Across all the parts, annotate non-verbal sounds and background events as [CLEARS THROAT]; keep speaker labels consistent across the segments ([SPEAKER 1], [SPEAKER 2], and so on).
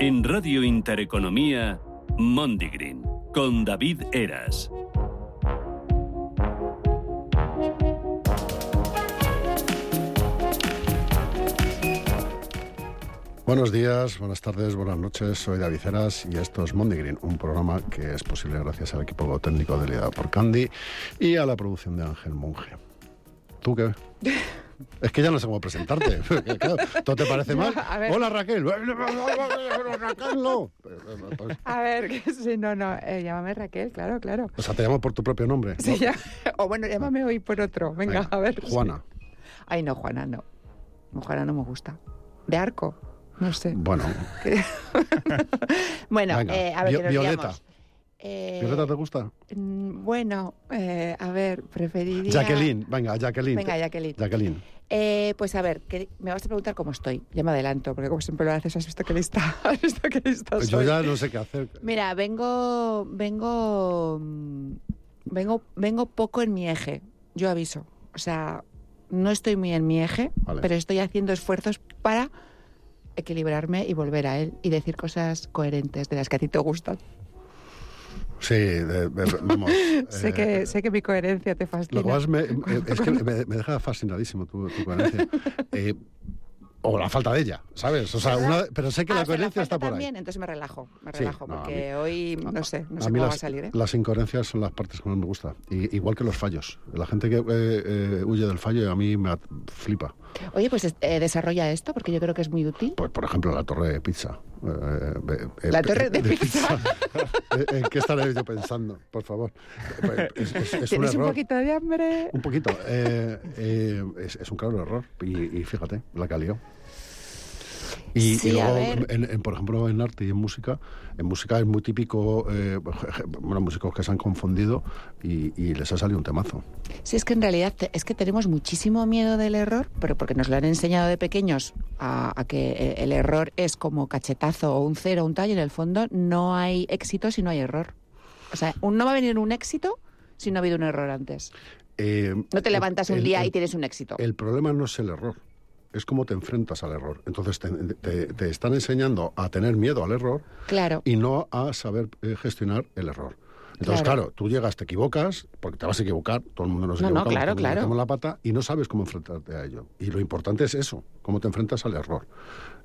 [SPEAKER 1] En Radio Intereconomía, Mondigreen, con David Eras.
[SPEAKER 2] Buenos días, buenas tardes, buenas noches. Soy David Ceras y esto es Monday Green, un programa que es posible gracias al equipo técnico liderado por Candy y a la producción de Ángel Monge. ¿Tú
[SPEAKER 3] [LAUGHS]
[SPEAKER 2] qué? Es que ya no sé cómo presentarte. eh, Claro, ¿Todo te parece mal?
[SPEAKER 3] No, a ver.
[SPEAKER 2] Hola Raquel. [LAUGHS] Raquel no. Pues,
[SPEAKER 3] A ver, que [LAUGHS] sí, no, no, eh, llámame Raquel, claro, claro.
[SPEAKER 2] o sea, te llamo por tu propio nombre.
[SPEAKER 3] Sí, ya- [LAUGHS] o bueno, llámame hoy por otro, venga,
[SPEAKER 2] Venga,
[SPEAKER 3] a ver.
[SPEAKER 2] Juana.
[SPEAKER 3] Ay, no, Juana, no. No, Juana no me gusta. De arco, no sé.
[SPEAKER 2] Bueno,
[SPEAKER 3] Bueno,
[SPEAKER 2] Venga,
[SPEAKER 3] eh, a ver,
[SPEAKER 2] Vi-
[SPEAKER 3] que nos
[SPEAKER 2] Violeta.
[SPEAKER 3] liamos. Eh,
[SPEAKER 2] ¿Violeta te gusta?
[SPEAKER 3] mm, Bueno, eh, a ver, preferiría...
[SPEAKER 2] Jacqueline, venga, Jacqueline.
[SPEAKER 3] Venga, Jacqueline.
[SPEAKER 2] Jacqueline.
[SPEAKER 3] Eh, pues a ver, que me vas a preguntar cómo estoy. Ya me adelanto, porque como siempre lo haces, has visto que lista, [LAUGHS] has visto que lista
[SPEAKER 2] Pues Yo
[SPEAKER 3] soy.
[SPEAKER 2] ya no sé qué hacer.
[SPEAKER 3] Mira, vengo, vengo, mm, vengo, vengo poco en mi eje. Yo aviso. O sea, no estoy muy en mi eje,
[SPEAKER 2] Vale.
[SPEAKER 3] pero estoy haciendo esfuerzos para equilibrarme y volver a él y decir cosas coherentes de las que a ti te gustan.
[SPEAKER 2] Sí, de- de- vamos.
[SPEAKER 3] [LAUGHS] sé
[SPEAKER 2] eh,
[SPEAKER 3] que sé que mi coherencia te fascina.
[SPEAKER 2] Lo que más me, eh, es que me, me deja fascinadísimo tu, tu coherencia. Eh, o la falta de ella, ¿sabes? O sea, una- pero sé que
[SPEAKER 3] Ah,
[SPEAKER 2] la
[SPEAKER 3] o sea,
[SPEAKER 2] coherencia
[SPEAKER 3] falta
[SPEAKER 2] está por
[SPEAKER 3] también,
[SPEAKER 2] ahí.
[SPEAKER 3] entonces me relajo, me
[SPEAKER 2] Sí,
[SPEAKER 3] relajo
[SPEAKER 2] no, a
[SPEAKER 3] porque hoy no sé, no
[SPEAKER 2] A
[SPEAKER 3] sé
[SPEAKER 2] mí
[SPEAKER 3] cómo
[SPEAKER 2] las,
[SPEAKER 3] va a salir, ¿eh?
[SPEAKER 2] las incoherencias son las partes que más me gusta. I- igual que los fallos. La gente que eh, eh, huye del fallo a mí me at- flipa.
[SPEAKER 3] Oye, pues eh, desarrolla esto porque yo creo que es muy útil.
[SPEAKER 2] Pues, por ejemplo, la torre de pizza. Eh, eh, eh,
[SPEAKER 3] La torre de pizza.
[SPEAKER 2] [LAUGHS] Eh, ¿En qué estaré yo pensando? Por
[SPEAKER 3] [LAUGHS]
[SPEAKER 2] favor. Eh, es- es- es
[SPEAKER 3] ¿Tienes un
[SPEAKER 2] error.
[SPEAKER 3] poquito de hambre?
[SPEAKER 2] Un poquito. eh, eh, es, es un claro error. Y, y fíjate, la que ha liado. Y, y
[SPEAKER 3] Sí, a
[SPEAKER 2] luego,
[SPEAKER 3] ver.
[SPEAKER 2] en- en, por ejemplo, en arte y en música, en música es muy típico, eh, bueno, músicos que se han confundido y, y les ha salido un temazo.
[SPEAKER 3] Sí, es que en realidad te- es que tenemos muchísimo miedo del error, pero porque nos lo han enseñado de pequeños a, a que eh, el error es como cachetazo o un cero, un tal, y en el fondo no hay éxito si no hay error. O sea, un- no va a venir un éxito si no ha habido un error antes.
[SPEAKER 2] Eh,
[SPEAKER 3] No te
[SPEAKER 2] el-
[SPEAKER 3] levantas un
[SPEAKER 2] el-
[SPEAKER 3] día
[SPEAKER 2] el-
[SPEAKER 3] y tienes un éxito.
[SPEAKER 2] El problema no es el error, es cómo te enfrentas al error. Entonces te, te- te están enseñando a tener miedo al error
[SPEAKER 3] Claro.
[SPEAKER 2] y no a saber eh, gestionar el error. Entonces,
[SPEAKER 3] Claro.
[SPEAKER 2] claro. tú llegas, te equivocas, porque te vas a equivocar, todo el mundo nos
[SPEAKER 3] No, no,
[SPEAKER 2] equivocamos, todo el
[SPEAKER 3] claro,
[SPEAKER 2] mundo
[SPEAKER 3] claro.
[SPEAKER 2] metemos la pata y no sabes cómo enfrentarte a ello. Y lo importante es eso, cómo te enfrentas al error,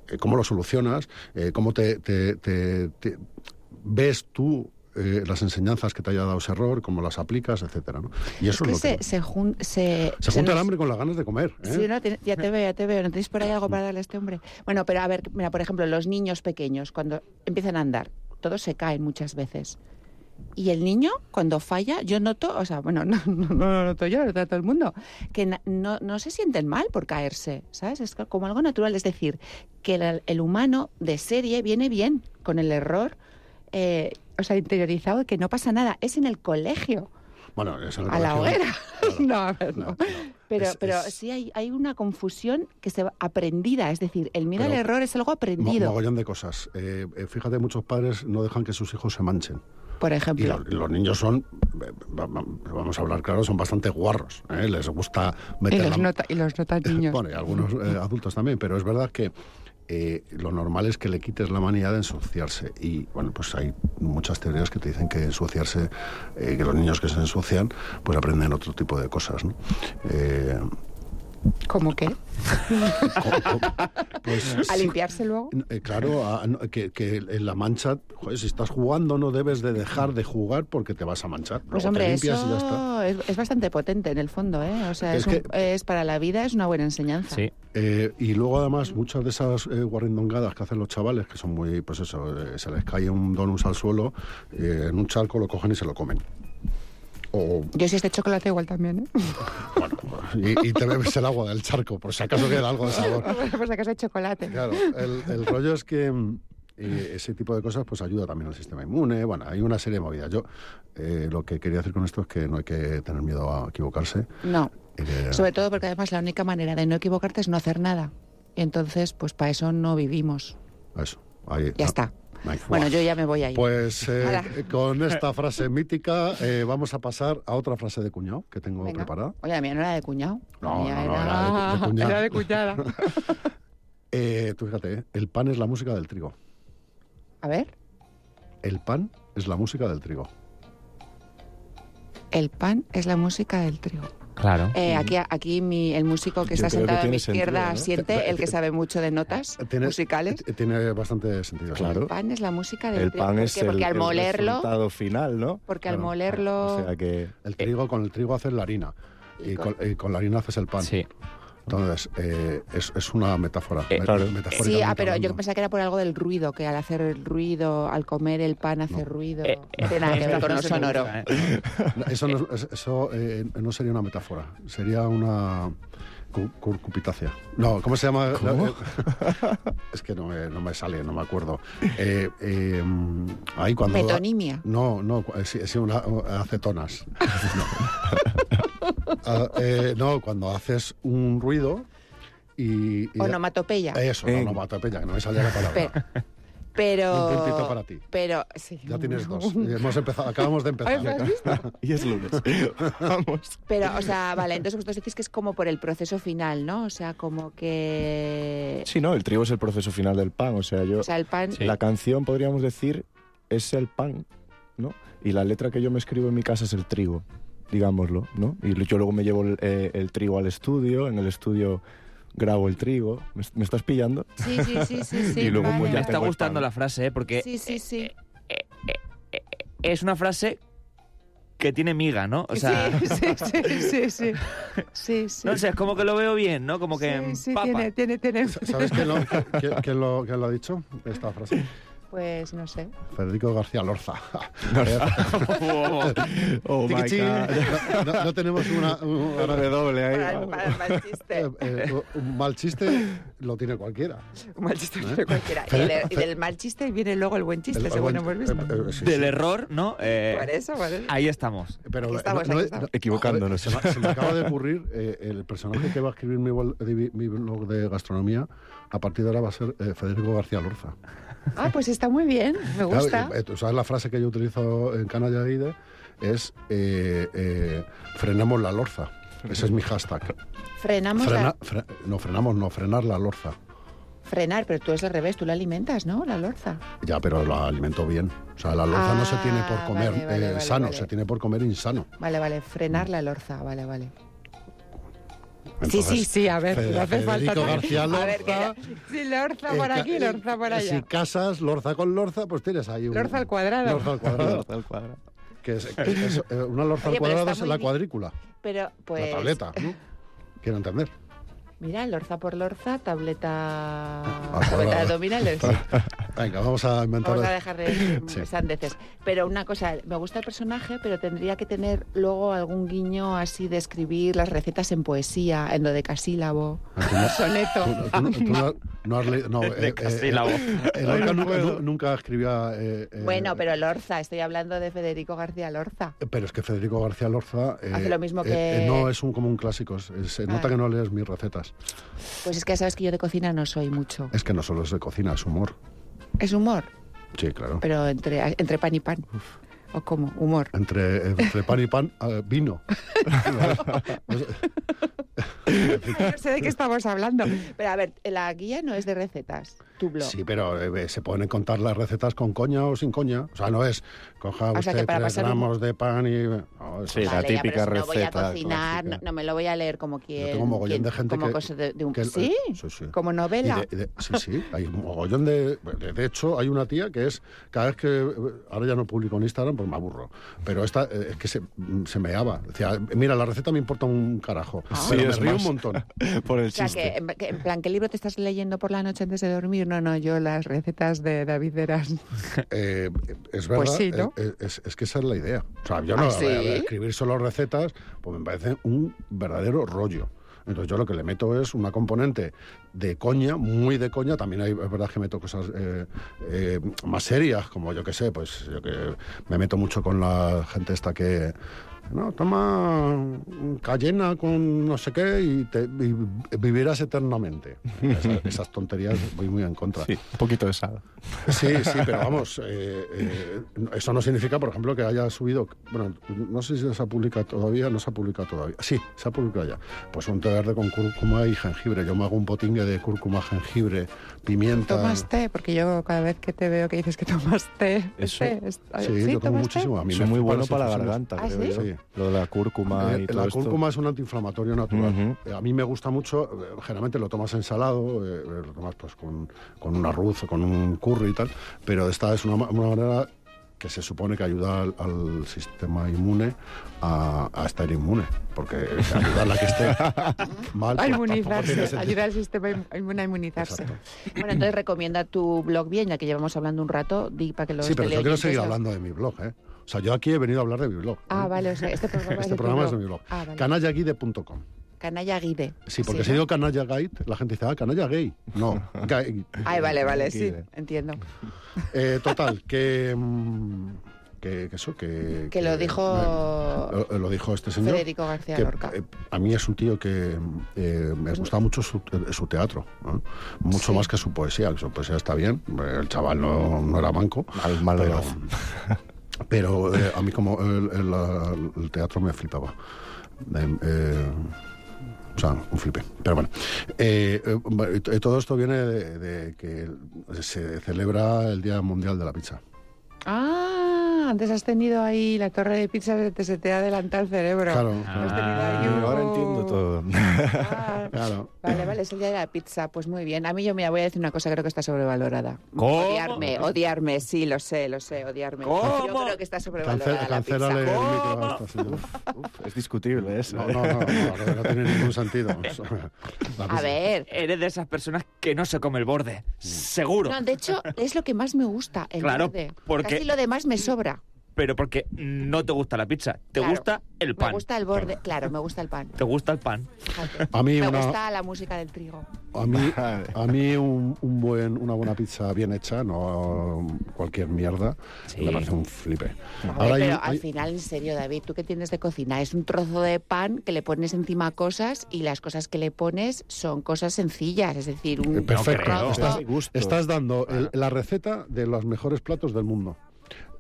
[SPEAKER 2] eh, cómo lo solucionas, eh, cómo te, te- te- te- ves tú eh, las enseñanzas que te haya dado ese error, cómo las aplicas, etcétera. ¿no? Y
[SPEAKER 3] Es
[SPEAKER 2] eso es,
[SPEAKER 3] que
[SPEAKER 2] lo
[SPEAKER 3] se,
[SPEAKER 2] que...
[SPEAKER 3] se, jun- se,
[SPEAKER 2] Se
[SPEAKER 3] se
[SPEAKER 2] junta el
[SPEAKER 3] nos-
[SPEAKER 2] hambre con las ganas de comer. ¿eh?
[SPEAKER 3] Sí, no, te- ya te veo, ya te veo. ¿No tenéis por ahí algo para darle a este hombre? Bueno, pero a ver, mira, por ejemplo, los niños pequeños, cuando empiezan a andar, todos se caen muchas veces. Y el niño, cuando falla, yo noto, o sea, bueno, [LAUGHS] no, no, no lo noto yo, lo nota todo el mundo, que na- no, no se sienten mal por caerse, ¿sabes? Es co- como algo natural, es decir, que el, el humano de serie viene bien con el error, eh, o sea, interiorizado, que no pasa nada, es en el colegio,
[SPEAKER 2] Bueno, es en el
[SPEAKER 3] a la
[SPEAKER 2] colegio,
[SPEAKER 3] hoguera.
[SPEAKER 2] [LAUGHS] claro.
[SPEAKER 3] [LAUGHS] no, a ver,
[SPEAKER 2] No,
[SPEAKER 3] no.
[SPEAKER 2] no.
[SPEAKER 3] Pero,
[SPEAKER 2] Es-
[SPEAKER 3] pero
[SPEAKER 2] es
[SPEAKER 3] sí hay, hay una confusión que se va- aprendida, es decir, el miedo al
[SPEAKER 2] Pero-
[SPEAKER 3] error es algo
[SPEAKER 2] mo-
[SPEAKER 3] aprendido,
[SPEAKER 2] mogollón de cosas. Eh, eh, fíjate, muchos padres no dejan que sus hijos se manchen.
[SPEAKER 3] por
[SPEAKER 2] Y
[SPEAKER 3] ejemplo.
[SPEAKER 2] los, los niños son, eh, va- va- vamos a hablar claro, son bastante guarros. ¿eh? Les gusta
[SPEAKER 3] Y
[SPEAKER 2] meter
[SPEAKER 3] los,
[SPEAKER 2] la-
[SPEAKER 3] nota, y
[SPEAKER 2] [LAUGHS]
[SPEAKER 3] los notan niños.
[SPEAKER 2] Bueno, y algunos eh, adultos también, pero es verdad que eh, lo normal es que le quites la manía de ensuciarse. Y bueno, pues hay muchas teorías que te dicen que ensuciarse, eh, que los niños que se ensucian, pues aprenden otro tipo de cosas. ¿no? Eh,
[SPEAKER 3] ¿Cómo qué?
[SPEAKER 2] co-
[SPEAKER 3] [LAUGHS]
[SPEAKER 2] co- pues
[SPEAKER 3] ¿A
[SPEAKER 2] sí,
[SPEAKER 3] limpiarse luego?
[SPEAKER 2] Eh, claro, a- no, que, que en la mancha, joder, si estás jugando no debes de dejar de jugar porque te vas a manchar.
[SPEAKER 3] Pues
[SPEAKER 2] Luego te
[SPEAKER 3] hombre,
[SPEAKER 2] limpias y ya está.
[SPEAKER 3] eso es, es bastante potente en el fondo, ¿eh? O sea,
[SPEAKER 2] Es
[SPEAKER 3] es, un- es para la vida, es una buena enseñanza.
[SPEAKER 4] Sí,
[SPEAKER 2] Eh, y luego además muchas de esas eh, guarrindongadas que hacen los chavales, que son muy, pues eso, eh, se les cae un donus al suelo, eh, en un charco lo cogen y se lo comen. O,
[SPEAKER 3] Yo si es de chocolate igual también, ¿eh? [LAUGHS]
[SPEAKER 2] bueno, y, y te bebes el agua del charco, por si acaso queda algo de sabor.
[SPEAKER 3] Por si acaso es chocolate.
[SPEAKER 2] Claro, el, el rollo es que mm, eh, ese tipo de cosas pues ayuda también al sistema inmune. Bueno, hay una serie de movidas. Yo eh, lo que quería decir con esto es que no hay que tener miedo a equivocarse. eh,
[SPEAKER 3] No,
[SPEAKER 2] y que-
[SPEAKER 3] sobre todo porque además la única manera de no equivocarte es no hacer nada. Y entonces, pues para eso no vivimos.
[SPEAKER 2] Eso, ahí-
[SPEAKER 3] Ya
[SPEAKER 2] ah,
[SPEAKER 3] está.
[SPEAKER 2] ahí.
[SPEAKER 3] Bueno, yo ya me voy ahí.
[SPEAKER 2] Pues eh,
[SPEAKER 3] Hala.
[SPEAKER 2] con esta frase mítica eh, vamos a pasar a otra frase de cuñado que tengo
[SPEAKER 3] Venga.
[SPEAKER 2] preparada.
[SPEAKER 3] Oye, la mía no era de cuñado. La
[SPEAKER 2] No,
[SPEAKER 3] mía
[SPEAKER 2] no, no, era de cu- de cuñado.
[SPEAKER 3] era de cuñada.
[SPEAKER 2] Eh, tú fíjate, eh, el pan es la música del trigo.
[SPEAKER 3] [LAUGHS] A ver,
[SPEAKER 2] El pan es la música del trigo.
[SPEAKER 3] el pan es la música del trigo.
[SPEAKER 4] Claro.
[SPEAKER 3] Eh, aquí aquí mi, el músico
[SPEAKER 5] Yo
[SPEAKER 3] que está
[SPEAKER 5] creo que
[SPEAKER 3] sentado a mi
[SPEAKER 5] tiene
[SPEAKER 3] izquierda
[SPEAKER 5] sentido,
[SPEAKER 3] siente, el que sabe mucho de notas
[SPEAKER 2] Ah, Tiene-
[SPEAKER 3] musicales.
[SPEAKER 2] t- Tiene bastante sentido. sí.
[SPEAKER 5] Claro.
[SPEAKER 3] El pan es la música del
[SPEAKER 5] El
[SPEAKER 3] trigo.
[SPEAKER 5] pan
[SPEAKER 3] ¿Por
[SPEAKER 5] es
[SPEAKER 3] qué? Porque
[SPEAKER 5] el,
[SPEAKER 3] al
[SPEAKER 5] el
[SPEAKER 3] molerlo,
[SPEAKER 5] resultado final, ¿no?
[SPEAKER 3] porque al
[SPEAKER 2] Claro.
[SPEAKER 3] molerlo,
[SPEAKER 5] O sea que
[SPEAKER 2] El trigo, con el trigo haces la harina. Y
[SPEAKER 3] Y
[SPEAKER 2] con,
[SPEAKER 3] con-
[SPEAKER 2] y con la harina haces el pan.
[SPEAKER 4] Sí.
[SPEAKER 2] Entonces, eh, es, es una metáfora.
[SPEAKER 4] Eh,
[SPEAKER 2] me-
[SPEAKER 5] claro.
[SPEAKER 3] Sí,
[SPEAKER 2] metafóricamente
[SPEAKER 3] ah, pero yo
[SPEAKER 2] hablando.
[SPEAKER 3] pensaba que era por algo del ruido, que al hacer el ruido, al comer el pan hace
[SPEAKER 2] No.
[SPEAKER 3] ruido.
[SPEAKER 4] Eh,
[SPEAKER 3] No tiene nada que ver con lo
[SPEAKER 4] Esta frase me
[SPEAKER 3] sonoro.
[SPEAKER 4] gusta, ¿eh?
[SPEAKER 5] Pues
[SPEAKER 2] No, Eso, no, es- eso eh, no sería una metáfora, sería una cu- curcupitacia. No, ¿cómo se llama?
[SPEAKER 5] ¿Cómo?
[SPEAKER 2] Eh, [LAUGHS] es que no me, no me sale, no me acuerdo. Eh, eh, ahí cuando...
[SPEAKER 3] Metonimia.
[SPEAKER 2] No, no, cu- eh, sí, sí, una, acetonas. No.
[SPEAKER 3] [LAUGHS]
[SPEAKER 2] Ah, eh, no, cuando haces un ruido y... y-
[SPEAKER 3] Onomatopeya.
[SPEAKER 2] Eso,
[SPEAKER 5] Eh.
[SPEAKER 2] no, no, matopeya, que no me salía la
[SPEAKER 3] Pe-
[SPEAKER 2] palabra.
[SPEAKER 3] pero.
[SPEAKER 2] Un puntito para ti.
[SPEAKER 3] Pero. sí.
[SPEAKER 2] Ya tienes
[SPEAKER 3] [LAUGHS]
[SPEAKER 2] dos. Y Hemos empezado, acabamos de
[SPEAKER 3] Ay, ¿me
[SPEAKER 2] empezar.
[SPEAKER 3] has visto?
[SPEAKER 5] [LAUGHS] y es
[SPEAKER 3] [LAUGHS]
[SPEAKER 5] lunes. Vamos.
[SPEAKER 3] Pero, o sea, vale, entonces vosotros decís que es como por el proceso final, ¿no? O sea, como que.
[SPEAKER 5] Sí, no, el trigo es el proceso final del pan, o sea, yo
[SPEAKER 3] O sea, el pan.
[SPEAKER 4] Sí.
[SPEAKER 5] la canción podríamos decir es el pan, ¿no? Y la letra que yo me escribo en mi casa es el trigo, digámoslo, ¿no? Y yo luego me llevo el, eh, el trigo al estudio, en el estudio grabo el trigo, ¿me, est- me estás [LAUGHS] pillando?
[SPEAKER 3] Sí, sí, sí, sí. sí,
[SPEAKER 5] Y luego, pues,
[SPEAKER 4] Me
[SPEAKER 5] ya
[SPEAKER 4] está
[SPEAKER 5] tengo el
[SPEAKER 4] gustando
[SPEAKER 5] pan.
[SPEAKER 4] la frase, ¿eh? porque
[SPEAKER 3] Sí, sí, sí.
[SPEAKER 4] eh, eh, eh, eh, es una frase que tiene miga, ¿no? O sea,
[SPEAKER 3] sí, sí, sí, sí, sí. Sí, sí.
[SPEAKER 4] [LAUGHS] no sé, es como que lo veo bien, ¿no? Como que mm,
[SPEAKER 3] Sí, sí,
[SPEAKER 4] empapa.
[SPEAKER 3] tiene, tiene, tiene.
[SPEAKER 2] ¿Sabes quién lo, quién- quién lo- quién lo ha dicho? Esta frase.
[SPEAKER 3] Pues no sé.
[SPEAKER 2] Federico García
[SPEAKER 5] [LAUGHS]
[SPEAKER 2] Lorza.
[SPEAKER 5] oh my
[SPEAKER 2] Tiquichín.
[SPEAKER 5] god.
[SPEAKER 2] No, no- no tenemos una, un,
[SPEAKER 5] Un redoble ahí.
[SPEAKER 3] Para, para el mal
[SPEAKER 2] eh,
[SPEAKER 3] chiste.
[SPEAKER 2] eh, un mal chiste, lo tiene cualquiera.
[SPEAKER 3] Un mal chiste para cualquiera. Y, del- y del mal chiste viene luego el buen chiste,
[SPEAKER 2] El-
[SPEAKER 3] según
[SPEAKER 2] algún-
[SPEAKER 3] hemos visto.
[SPEAKER 2] eh, eh, sí,
[SPEAKER 4] Del
[SPEAKER 2] sí.
[SPEAKER 4] error, ¿no? Eh,
[SPEAKER 3] Por eso, por eso.
[SPEAKER 4] ahí estamos.
[SPEAKER 2] Pero,
[SPEAKER 3] Aquí
[SPEAKER 2] eh,
[SPEAKER 3] estamos,
[SPEAKER 2] no- no-
[SPEAKER 3] aquí estamos.
[SPEAKER 5] Equivocándonos.
[SPEAKER 2] Joder, se, me, se me acaba de ocurrir eh, el personaje que va a escribir mi, bol- de mi- mi blog de gastronomía. A partir de ahora va a ser eh, Federico García Lorza.
[SPEAKER 3] Ah, pues está muy bien,
[SPEAKER 2] Claro,
[SPEAKER 3] me gusta.
[SPEAKER 2] eh, tú sabes la frase que yo utilizo en Canalla Aide es eh, eh, frenamos la lorza. Ese es mi hashtag.
[SPEAKER 3] Frenamos
[SPEAKER 2] Frena-
[SPEAKER 3] la-
[SPEAKER 2] fre- no, frenamos, no, frenar la lorza.
[SPEAKER 3] frenar, pero tú es al revés, tú la alimentas, ¿no? La lorza.
[SPEAKER 2] Ya, pero la alimento bien. O sea, la lorza no se tiene por
[SPEAKER 3] Ah,
[SPEAKER 2] comer
[SPEAKER 3] vale, vale,
[SPEAKER 2] eh,
[SPEAKER 3] vale,
[SPEAKER 2] sano,
[SPEAKER 3] vale.
[SPEAKER 2] se tiene por comer insano.
[SPEAKER 3] Vale, vale, frenar la lorza, vale, vale.
[SPEAKER 2] Entonces, eh,
[SPEAKER 3] sí, sí, sí, a ver,
[SPEAKER 2] Fe-
[SPEAKER 3] no hace falta.
[SPEAKER 2] Federico García
[SPEAKER 3] A ver, que
[SPEAKER 2] Lorza,
[SPEAKER 3] la- sí, lorza
[SPEAKER 2] eh,
[SPEAKER 3] por
[SPEAKER 2] ca-
[SPEAKER 3] aquí, lorza por
[SPEAKER 2] eh,
[SPEAKER 3] allá.
[SPEAKER 2] Si casas lorza con lorza, pues tienes ahí un...
[SPEAKER 3] Lorza al cuadrado.
[SPEAKER 2] Lorza al cuadrado. que es, que es, eh, una lorza
[SPEAKER 3] Oye,
[SPEAKER 2] al
[SPEAKER 3] pero
[SPEAKER 2] cuadrado
[SPEAKER 3] está
[SPEAKER 2] es
[SPEAKER 3] muy
[SPEAKER 2] la
[SPEAKER 3] bien.
[SPEAKER 2] cuadrícula,
[SPEAKER 3] Pero pues.
[SPEAKER 2] la tableta. ¿no? Quiero entender.
[SPEAKER 3] Mira, lorza por lorza, tableta.
[SPEAKER 2] cuadrado.
[SPEAKER 3] Tableta de abdominales.
[SPEAKER 2] [LAUGHS] Venga, vamos a inventar...
[SPEAKER 3] Vamos a dejar de decir
[SPEAKER 2] Sí.
[SPEAKER 3] sandeces. Pero una cosa, me gusta el personaje, pero tendría que tener luego algún guiño así de escribir las recetas en poesía, en dodecasílabo, soneto.
[SPEAKER 2] Tú- tú no- tú no- no has leído- no, eh, eh,
[SPEAKER 4] casílabo.
[SPEAKER 2] el Orca nunca, nu- nunca escribía. eh, eh,
[SPEAKER 3] Bueno, pero Lorza, estoy hablando de Federico García Lorza.
[SPEAKER 2] Pero es que Federico García Lorza. eh,
[SPEAKER 3] Hace lo mismo
[SPEAKER 2] eh,
[SPEAKER 3] que-
[SPEAKER 2] eh, no, es un, como un clásico. es- Se nota
[SPEAKER 3] Ah.
[SPEAKER 2] que no lees mis recetas.
[SPEAKER 3] Pues es que ya sabes que yo de cocina no soy mucho.
[SPEAKER 2] Es que no solo es de cocina, es humor.
[SPEAKER 3] Es humor,
[SPEAKER 2] Sí, claro.
[SPEAKER 3] pero entre, entre pan y pan. ¿O cómo? Humor.
[SPEAKER 2] Entre, entre pan y pan, [LAUGHS] eh, vino.
[SPEAKER 3] [LAUGHS] no sé de qué estamos hablando. Pero a ver, la guía no es de recetas, tu blog.
[SPEAKER 2] Sí, pero eh, se pueden contar las recetas con coña o sin coña. O sea, no es coja
[SPEAKER 3] O sea,
[SPEAKER 2] usted
[SPEAKER 3] que para
[SPEAKER 2] tres
[SPEAKER 3] pasar un-
[SPEAKER 2] gramos de pan y. eh, no, eso
[SPEAKER 5] Sí,
[SPEAKER 2] es-
[SPEAKER 5] la
[SPEAKER 3] Vale, ya, pero
[SPEAKER 5] típica
[SPEAKER 3] si no voy a
[SPEAKER 5] receta
[SPEAKER 3] cocinar, no,
[SPEAKER 5] clásica.
[SPEAKER 3] no me lo voy a leer como quien...
[SPEAKER 2] Yo tengo mogollón
[SPEAKER 3] quien-
[SPEAKER 2] de gente
[SPEAKER 3] como
[SPEAKER 2] que-
[SPEAKER 3] cosa de, de un...
[SPEAKER 2] que-
[SPEAKER 3] ¿Sí?
[SPEAKER 2] sí, sí.
[SPEAKER 3] como
[SPEAKER 2] Y
[SPEAKER 3] novela.
[SPEAKER 2] de- y de- sí, sí, hay un mogollón de, de... de hecho, hay una tía que es... Cada vez que... eh, Ahora ya no publico en Instagram, pues me aburro. Pero esta eh, es que se, se meaba. Decía, mira, la receta me importa un carajo.
[SPEAKER 3] Ah.
[SPEAKER 2] pero
[SPEAKER 5] Sí,
[SPEAKER 2] me
[SPEAKER 5] es
[SPEAKER 2] río
[SPEAKER 5] más.
[SPEAKER 2] un montón.
[SPEAKER 5] Por el
[SPEAKER 3] O sea, que,
[SPEAKER 5] chiste.
[SPEAKER 3] en- que en plan, ¿qué libro te estás leyendo por la noche antes de dormir? No, no, yo las recetas de David Veras.
[SPEAKER 2] Eh, es verdad,
[SPEAKER 3] Pues sí, ¿no?
[SPEAKER 2] eh, es, es que esa es la idea. O sea, yo no
[SPEAKER 3] ¿Ah,
[SPEAKER 2] a ver, a ver,
[SPEAKER 3] sí?
[SPEAKER 2] escribir solo recetas, pues me parece un verdadero rollo. Entonces yo lo que le meto es una componente de coña, muy de coña. También hay, es verdad que meto cosas eh, eh, más serias, como yo que sé, pues yo que me meto mucho con la gente esta que, No, toma cayena con no sé qué y, te, y vivirás eternamente. Esa- esas tonterías voy muy en contra.
[SPEAKER 5] Sí, un poquito de sal.
[SPEAKER 2] Pues Sí, sí, pero vamos, eh, eh, eso no significa, por ejemplo, que haya subido, bueno, no sé si se ha publicado todavía, no se ha publicado todavía, sí, se ha publicado ya, pues un té verde con cúrcuma y jengibre, yo me hago un potingue de cúrcuma, jengibre, pimienta.
[SPEAKER 3] ¿Tomas té? Porque yo cada vez que te veo que dices que tomas té.
[SPEAKER 5] Eso-
[SPEAKER 3] té, es-
[SPEAKER 2] Sí, yo tomo
[SPEAKER 3] tomas té?
[SPEAKER 2] muchísimo. A mí
[SPEAKER 5] Es
[SPEAKER 2] me
[SPEAKER 5] muy
[SPEAKER 2] hace
[SPEAKER 5] bueno
[SPEAKER 2] las
[SPEAKER 5] para la
[SPEAKER 2] infusiones.
[SPEAKER 5] garganta,
[SPEAKER 3] ¿Ah,
[SPEAKER 5] creo
[SPEAKER 3] sí?
[SPEAKER 5] yo.
[SPEAKER 2] Sí.
[SPEAKER 5] Lo de la cúrcuma
[SPEAKER 2] Eh,
[SPEAKER 5] y todo
[SPEAKER 2] la
[SPEAKER 5] esto.
[SPEAKER 2] cúrcuma es un antiinflamatorio natural.
[SPEAKER 5] Ujú.
[SPEAKER 2] Eh, A mí me gusta mucho, eh, generalmente lo tomas ensalado, eh, eh, lo tomas pues con, con un arroz o con un curry y tal, pero esta es una, ma- una manera que se supone que ayuda al, al sistema inmune a, a estar inmune, porque
[SPEAKER 5] [LAUGHS]
[SPEAKER 2] ayudar a la que esté mal.
[SPEAKER 3] A
[SPEAKER 2] pues, tampoco tiene
[SPEAKER 3] inmunizarse,
[SPEAKER 2] sentido.
[SPEAKER 3] ayudar al sistema inmune a inmunizarse.
[SPEAKER 2] Exacto.
[SPEAKER 3] Bueno, entonces recomienda tu blog bien, ya que llevamos hablando un rato, di para que los
[SPEAKER 2] Sí, pero yo quiero
[SPEAKER 3] teleoyentes
[SPEAKER 2] seguir
[SPEAKER 3] lo-
[SPEAKER 2] hablando de mi blog, ¿eh? O sea, yo aquí he venido a hablar de mi blog. ¿eh?
[SPEAKER 3] Ah, vale, o sea, este programa es de
[SPEAKER 2] Este
[SPEAKER 3] tu
[SPEAKER 2] programa es de
[SPEAKER 3] blog.
[SPEAKER 2] mi blog.
[SPEAKER 3] Ah, vale.
[SPEAKER 2] Canallaguide.com.
[SPEAKER 3] Canalla Guide.
[SPEAKER 2] Sí, porque
[SPEAKER 3] Así,
[SPEAKER 2] si
[SPEAKER 3] ¿no?
[SPEAKER 2] digo canalla gay, la gente dice, ah, canalla gay. No,
[SPEAKER 5] [LAUGHS]
[SPEAKER 2] gay.
[SPEAKER 3] Ay, Ah, vale, vale, sí,
[SPEAKER 5] Guide.
[SPEAKER 3] entiendo.
[SPEAKER 2] Eh, total, que, mm, que, que eso, que...
[SPEAKER 3] Que lo dijo
[SPEAKER 2] eh, Lo, lo dijo este señor.
[SPEAKER 3] Federico García
[SPEAKER 2] que,
[SPEAKER 3] Lorca.
[SPEAKER 2] eh, a mí es un tío que eh, me gustaba mucho su, eh, su teatro, ¿no? mucho
[SPEAKER 3] Sí.
[SPEAKER 2] más que su poesía, que su poesía está bien, el chaval no, no era manco,
[SPEAKER 5] Mal, mal
[SPEAKER 2] pero,
[SPEAKER 5] veraz.
[SPEAKER 2] [LAUGHS] pero, eh, a mí como el, el- el teatro me flipaba. Eh, eh, o sea, un flipe. Pero bueno, Eh, eh, bueno, eh, todo esto viene de, de que se celebra el Día Mundial de la Pizza.
[SPEAKER 3] Ah, antes has tenido ahí la torre de pizza, se te, se te ha adelantado el cerebro.
[SPEAKER 2] Claro,
[SPEAKER 3] Has tenido
[SPEAKER 4] Ah,
[SPEAKER 3] ahí un-
[SPEAKER 5] Ahora entiendo todo.
[SPEAKER 3] Ah,
[SPEAKER 2] claro.
[SPEAKER 3] Vale, vale, es el día de la pizza. Pues muy bien. A mí yo me voy a decir una cosa, creo que está sobrevalorada.
[SPEAKER 4] ¿Cómo?
[SPEAKER 3] Odiarme, odiarme, sí, lo sé, lo sé, odiarme.
[SPEAKER 4] ¿Cómo?
[SPEAKER 3] Yo creo que está
[SPEAKER 2] Cancel,
[SPEAKER 3] sobrevalorada la pizza.
[SPEAKER 2] cancélale el micro a
[SPEAKER 4] ¡Toma!
[SPEAKER 2] esta
[SPEAKER 3] [LAUGHS]
[SPEAKER 2] señora.
[SPEAKER 5] Uf, [LAUGHS] es discutible eso.
[SPEAKER 2] No,
[SPEAKER 5] ¿eh?
[SPEAKER 2] no, no, no, no, no tiene ningún
[SPEAKER 3] [LAUGHS]
[SPEAKER 2] sentido. [LAUGHS] La
[SPEAKER 3] A
[SPEAKER 2] pizza.
[SPEAKER 3] ver.
[SPEAKER 4] Eres de esas personas que no se come el borde. Seguro.
[SPEAKER 3] No, de hecho, es lo que más me gusta. El
[SPEAKER 4] Claro,
[SPEAKER 3] verde.
[SPEAKER 4] porque-
[SPEAKER 3] Casi lo demás me sobra.
[SPEAKER 4] Pero porque no te gusta la pizza. Te
[SPEAKER 3] Claro.
[SPEAKER 4] gusta el pan.
[SPEAKER 3] Me gusta el borde. Claro, me gusta el pan.
[SPEAKER 4] Te gusta el pan.
[SPEAKER 3] fíjate.
[SPEAKER 2] A mí
[SPEAKER 3] me
[SPEAKER 2] una-
[SPEAKER 3] gusta la música del trigo.
[SPEAKER 2] A mí,
[SPEAKER 5] [LAUGHS] Vale.
[SPEAKER 2] a mí un, un buen, una buena pizza bien hecha, no cualquier mierda,
[SPEAKER 4] Sí.
[SPEAKER 2] me parece un flipe.
[SPEAKER 3] A ver,
[SPEAKER 2] hay-
[SPEAKER 3] pero al
[SPEAKER 2] hay-
[SPEAKER 3] final, en serio, David, ¿tú qué tienes de cocina? Es un trozo de pan que le pones encima cosas y las cosas que le pones son cosas sencillas, es decir,
[SPEAKER 2] eh,
[SPEAKER 3] un...
[SPEAKER 2] perfecto.
[SPEAKER 4] creo.
[SPEAKER 2] Estás,
[SPEAKER 5] Hay gustos.
[SPEAKER 2] estás dando el- la receta de los mejores platos del mundo.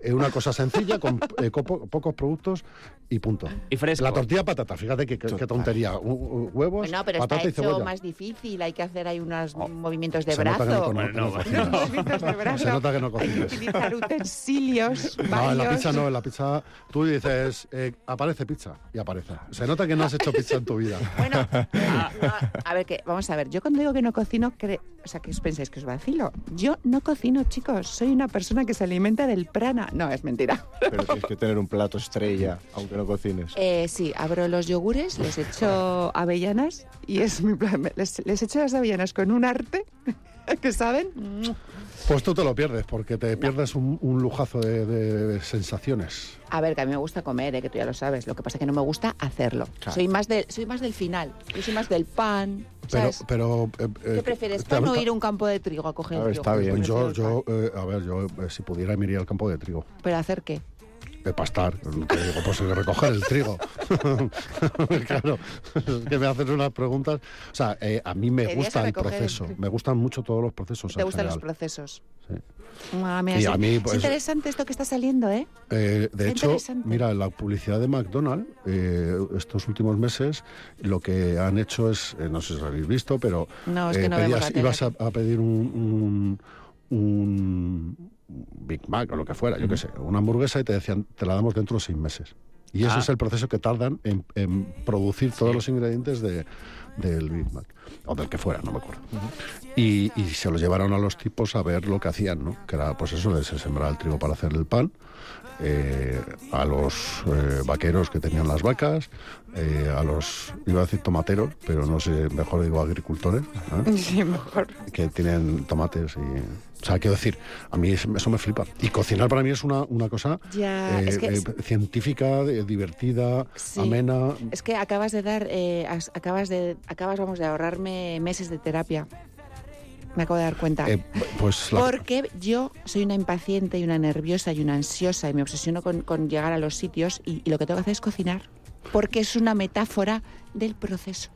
[SPEAKER 2] Eh, una cosa sencilla,
[SPEAKER 4] [LAUGHS]
[SPEAKER 2] con eh, co- po- pocos productos y punto.
[SPEAKER 4] Y fresco.
[SPEAKER 2] La tortilla de patata, fíjate qué, qué- qué tontería. U- u- huevos,
[SPEAKER 3] Bueno,
[SPEAKER 2] Pues
[SPEAKER 3] pero está
[SPEAKER 2] patata y
[SPEAKER 3] hecho
[SPEAKER 2] cebolla. Oh,
[SPEAKER 3] más difícil, hay que hacer ahí unos movimientos de
[SPEAKER 2] Se nota que no
[SPEAKER 3] brazo.
[SPEAKER 2] conoces,
[SPEAKER 4] Bueno, no,
[SPEAKER 2] no
[SPEAKER 4] bueno.
[SPEAKER 2] cocinas.
[SPEAKER 3] Movimientos [LAUGHS] de brazo.
[SPEAKER 2] Se nota que no
[SPEAKER 3] Hay que
[SPEAKER 2] cocinas.
[SPEAKER 3] [LAUGHS] utilizar
[SPEAKER 2] [LAUGHS]
[SPEAKER 3] utensilios
[SPEAKER 2] No, en la
[SPEAKER 3] varios.
[SPEAKER 2] pizza no, en la pizza tú dices, eh, aparece pizza y aparece. Se nota que no has hecho pizza en tu vida.
[SPEAKER 3] Bueno, a, a ver, que, vamos a ver, yo cuando digo que no cocino, cre- o sea, que os pensáis que os vacilo. Yo no cocino, chicos, soy una persona que se alimenta del prana. No,
[SPEAKER 2] [LAUGHS]
[SPEAKER 3] es mentira.
[SPEAKER 5] Pero tienes que tener un plato estrella, aunque no cocines.
[SPEAKER 3] Eh, sí, abro los yogures, les echo avellanas y es mi plan. Les, les echo las avellanas con un arte [LAUGHS] que saben.
[SPEAKER 2] Pues tú te lo pierdes, porque te pierdes un, un lujazo de, de sensaciones.
[SPEAKER 3] A ver, que a mí me gusta comer, eh, que tú ya lo sabes. Lo que pasa es que no me gusta hacerlo.
[SPEAKER 5] Claro.
[SPEAKER 3] Soy, más del, soy más del final. Yo soy más del pan.
[SPEAKER 2] Pero,
[SPEAKER 3] ¿sabes?
[SPEAKER 2] pero eh, eh,
[SPEAKER 3] ¿Qué prefieres,
[SPEAKER 2] te
[SPEAKER 3] pan o
[SPEAKER 2] habla-
[SPEAKER 3] ir a un campo de trigo a coger
[SPEAKER 5] A
[SPEAKER 3] el
[SPEAKER 5] ver,
[SPEAKER 3] trigo?
[SPEAKER 5] está bien.
[SPEAKER 2] Pues
[SPEAKER 3] prefiero
[SPEAKER 2] yo,
[SPEAKER 3] el
[SPEAKER 2] yo,
[SPEAKER 3] pan.
[SPEAKER 2] eh, a ver, yo eh, si pudiera me iría al campo de trigo,
[SPEAKER 3] ¿Pero hacer qué?
[SPEAKER 2] de pastar, te digo, pues eh, recoger el trigo. [LAUGHS] claro, es que me haces unas preguntas. O sea, eh, a mí me
[SPEAKER 3] Te irías a
[SPEAKER 2] gusta el
[SPEAKER 3] recoger el
[SPEAKER 2] proceso,
[SPEAKER 3] trigo.
[SPEAKER 2] me gustan mucho todos los procesos.
[SPEAKER 3] ¿Te
[SPEAKER 2] en
[SPEAKER 3] gustan los
[SPEAKER 2] general.
[SPEAKER 3] procesos?
[SPEAKER 2] Sí.
[SPEAKER 3] Ah, mira,
[SPEAKER 2] Y
[SPEAKER 3] sí.
[SPEAKER 2] a mí, pues-
[SPEAKER 3] es interesante esto que está saliendo, ¿eh?
[SPEAKER 2] Eh,
[SPEAKER 3] Qué
[SPEAKER 2] de hecho,
[SPEAKER 3] interesante.
[SPEAKER 2] mira, la publicidad de McDonald's eh, estos últimos meses lo que han hecho es, eh, no sé si lo habéis visto, pero
[SPEAKER 3] No, es que
[SPEAKER 2] eh,
[SPEAKER 3] no vemos la tele
[SPEAKER 2] ibas a, a pedir un, un- un Big Mac o lo que fuera, yo qué sé, una hamburguesa y te decían, te la damos dentro de seis meses. Y eso
[SPEAKER 4] Ah.
[SPEAKER 2] es el proceso que tardan en, en producir todos los ingredientes de, del Big Mac, o del que fuera, no me acuerdo. Y, y se los llevaron a los tipos a ver lo que hacían, ¿no? Que era, pues eso, se sembraba el trigo para hacer el pan, eh, a los eh, vaqueros que tenían las vacas, eh, a los, iba a decir tomateros, pero no sé, mejor digo agricultores, ¿eh?
[SPEAKER 3] [LAUGHS] Sí, mejor.
[SPEAKER 2] que tienen tomates y... O sea, quiero decir, a mí es- eso me flipa. Y cocinar para mí es una, una cosa
[SPEAKER 3] Ya,
[SPEAKER 2] eh,
[SPEAKER 3] Ah, es que
[SPEAKER 2] eh,
[SPEAKER 3] es-
[SPEAKER 2] científica, eh, divertida,
[SPEAKER 3] Sí.
[SPEAKER 2] amena.
[SPEAKER 3] Es que acabas de dar, eh, as- acabas de, acabas, vamos, de ahorrarme meses de terapia. me acabo de dar cuenta.
[SPEAKER 2] Eh, pues la-
[SPEAKER 3] Porque yo soy una impaciente y una nerviosa y una ansiosa y me obsesiono con, con llegar a los sitios y, y lo que tengo que hacer es cocinar. Porque es una metáfora del proceso.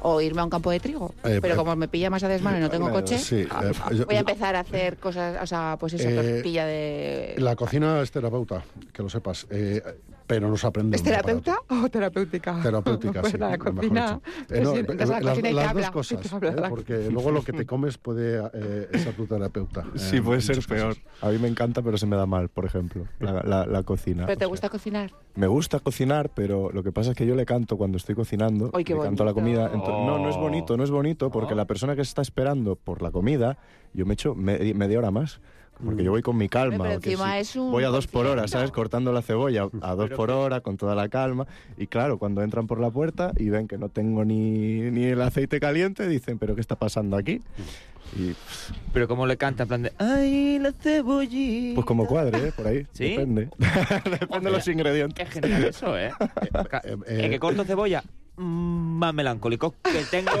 [SPEAKER 3] O irme a un campo de trigo.
[SPEAKER 2] Eh,
[SPEAKER 3] pero
[SPEAKER 2] eh,
[SPEAKER 3] como me pilla más a desmano y no tengo
[SPEAKER 5] claro,
[SPEAKER 3] coche,
[SPEAKER 2] sí, eh,
[SPEAKER 3] ah,
[SPEAKER 2] yo-
[SPEAKER 3] voy a empezar a hacer cosas, o sea, pues esa
[SPEAKER 2] Eh,
[SPEAKER 3] tortilla de...
[SPEAKER 2] la cocina es terapeuta, que lo sepas. eh, pero no se aprende.
[SPEAKER 3] ¿Es
[SPEAKER 2] de un día para otro.
[SPEAKER 3] terapeuta o terapéutica?
[SPEAKER 2] Terapéutica,
[SPEAKER 3] [LAUGHS] Pues
[SPEAKER 2] sí.
[SPEAKER 3] La
[SPEAKER 2] mejor
[SPEAKER 3] cocina. [LAUGHS]
[SPEAKER 2] dicho. Eh, no,
[SPEAKER 3] pues,
[SPEAKER 2] eh,
[SPEAKER 3] entras a la
[SPEAKER 2] las
[SPEAKER 3] cocina y te
[SPEAKER 2] las
[SPEAKER 3] habla,
[SPEAKER 2] dos cosas,
[SPEAKER 3] y te habla
[SPEAKER 2] ¿eh?
[SPEAKER 3] la-
[SPEAKER 2] porque luego lo que te comes puede eh, ser tu terapeuta. eh,
[SPEAKER 5] Sí,
[SPEAKER 2] en
[SPEAKER 5] puede ser
[SPEAKER 2] muchos
[SPEAKER 5] peor.
[SPEAKER 2] casos.
[SPEAKER 5] A mí me encanta, pero se me da mal, por ejemplo, la, la- la cocina.
[SPEAKER 3] ¿Pero te
[SPEAKER 5] O sea,
[SPEAKER 3] gusta cocinar?
[SPEAKER 5] Me gusta cocinar, pero lo que pasa es que yo le canto cuando estoy cocinando.
[SPEAKER 3] Ay, qué
[SPEAKER 5] le canto a la
[SPEAKER 3] bonito. Oh.
[SPEAKER 5] comida. ento- No, no es bonito, no es bonito, porque la persona que está esperando por la comida, yo me echo me- media hora más. Porque yo voy con mi calma.
[SPEAKER 3] Pero
[SPEAKER 5] o que
[SPEAKER 3] encima es un
[SPEAKER 5] Voy a dos por hora,
[SPEAKER 3] concierto.
[SPEAKER 5] ¿sabes? Cortando la cebolla a dos por hora, con toda la calma. Y claro, cuando entran por la puerta y ven que no tengo ni, ni el aceite caliente, dicen, ¿pero qué está pasando aquí?
[SPEAKER 3] Mm.
[SPEAKER 5] Y
[SPEAKER 4] Pero como le canta, en plan de... ¡Ay, la cebollita!
[SPEAKER 5] pues como cuadre, ¿eh? Por ahí.
[SPEAKER 4] ¿Sí?
[SPEAKER 5] Depende. [LAUGHS] Depende de los ingredientes.
[SPEAKER 4] Es genial eso, ¿eh? Ca-
[SPEAKER 2] eh,
[SPEAKER 4] El que corto cebolla, mm, más melancólico. Que tengo...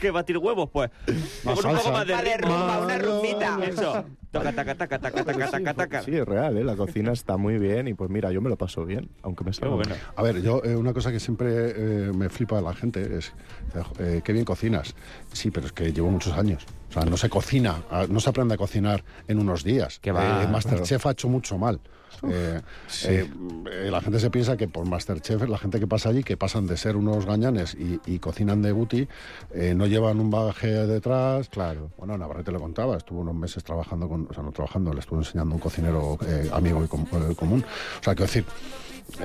[SPEAKER 4] que batir huevos, pues. Con un
[SPEAKER 2] salsa.
[SPEAKER 4] poco más de
[SPEAKER 3] Vale,
[SPEAKER 4] ritmo.
[SPEAKER 3] rumba, una rumbita.
[SPEAKER 4] Eso. Taca, taca, taca, taca, taca, taca, taca.
[SPEAKER 5] Sí, es real, ¿eh? La cocina está muy bien y pues mira, yo me lo paso bien, aunque me
[SPEAKER 4] Qué
[SPEAKER 5] salga
[SPEAKER 4] bueno.
[SPEAKER 5] mal.
[SPEAKER 2] A ver, yo eh, una cosa que siempre eh, me flipa de la gente es, eh, qué bien cocinas. Sí, pero es que llevo muchos años. O sea, no se cocina, ah, no se aprende a cocinar en unos días.
[SPEAKER 4] Que va,
[SPEAKER 2] Eh, Masterchef ha hecho mucho mal. Eh, eh, eh, la gente se piensa que por Masterchef, la gente que pasa allí, que pasan de ser unos gañanes y, y cocinan de booty, eh, no llevan un bagaje detrás. Claro. Bueno, Navarrete lo contaba, estuvo unos meses trabajando con, o sea, no trabajando, le estuvo enseñando a un cocinero eh, amigo y com- eh, común. O sea, quiero decir,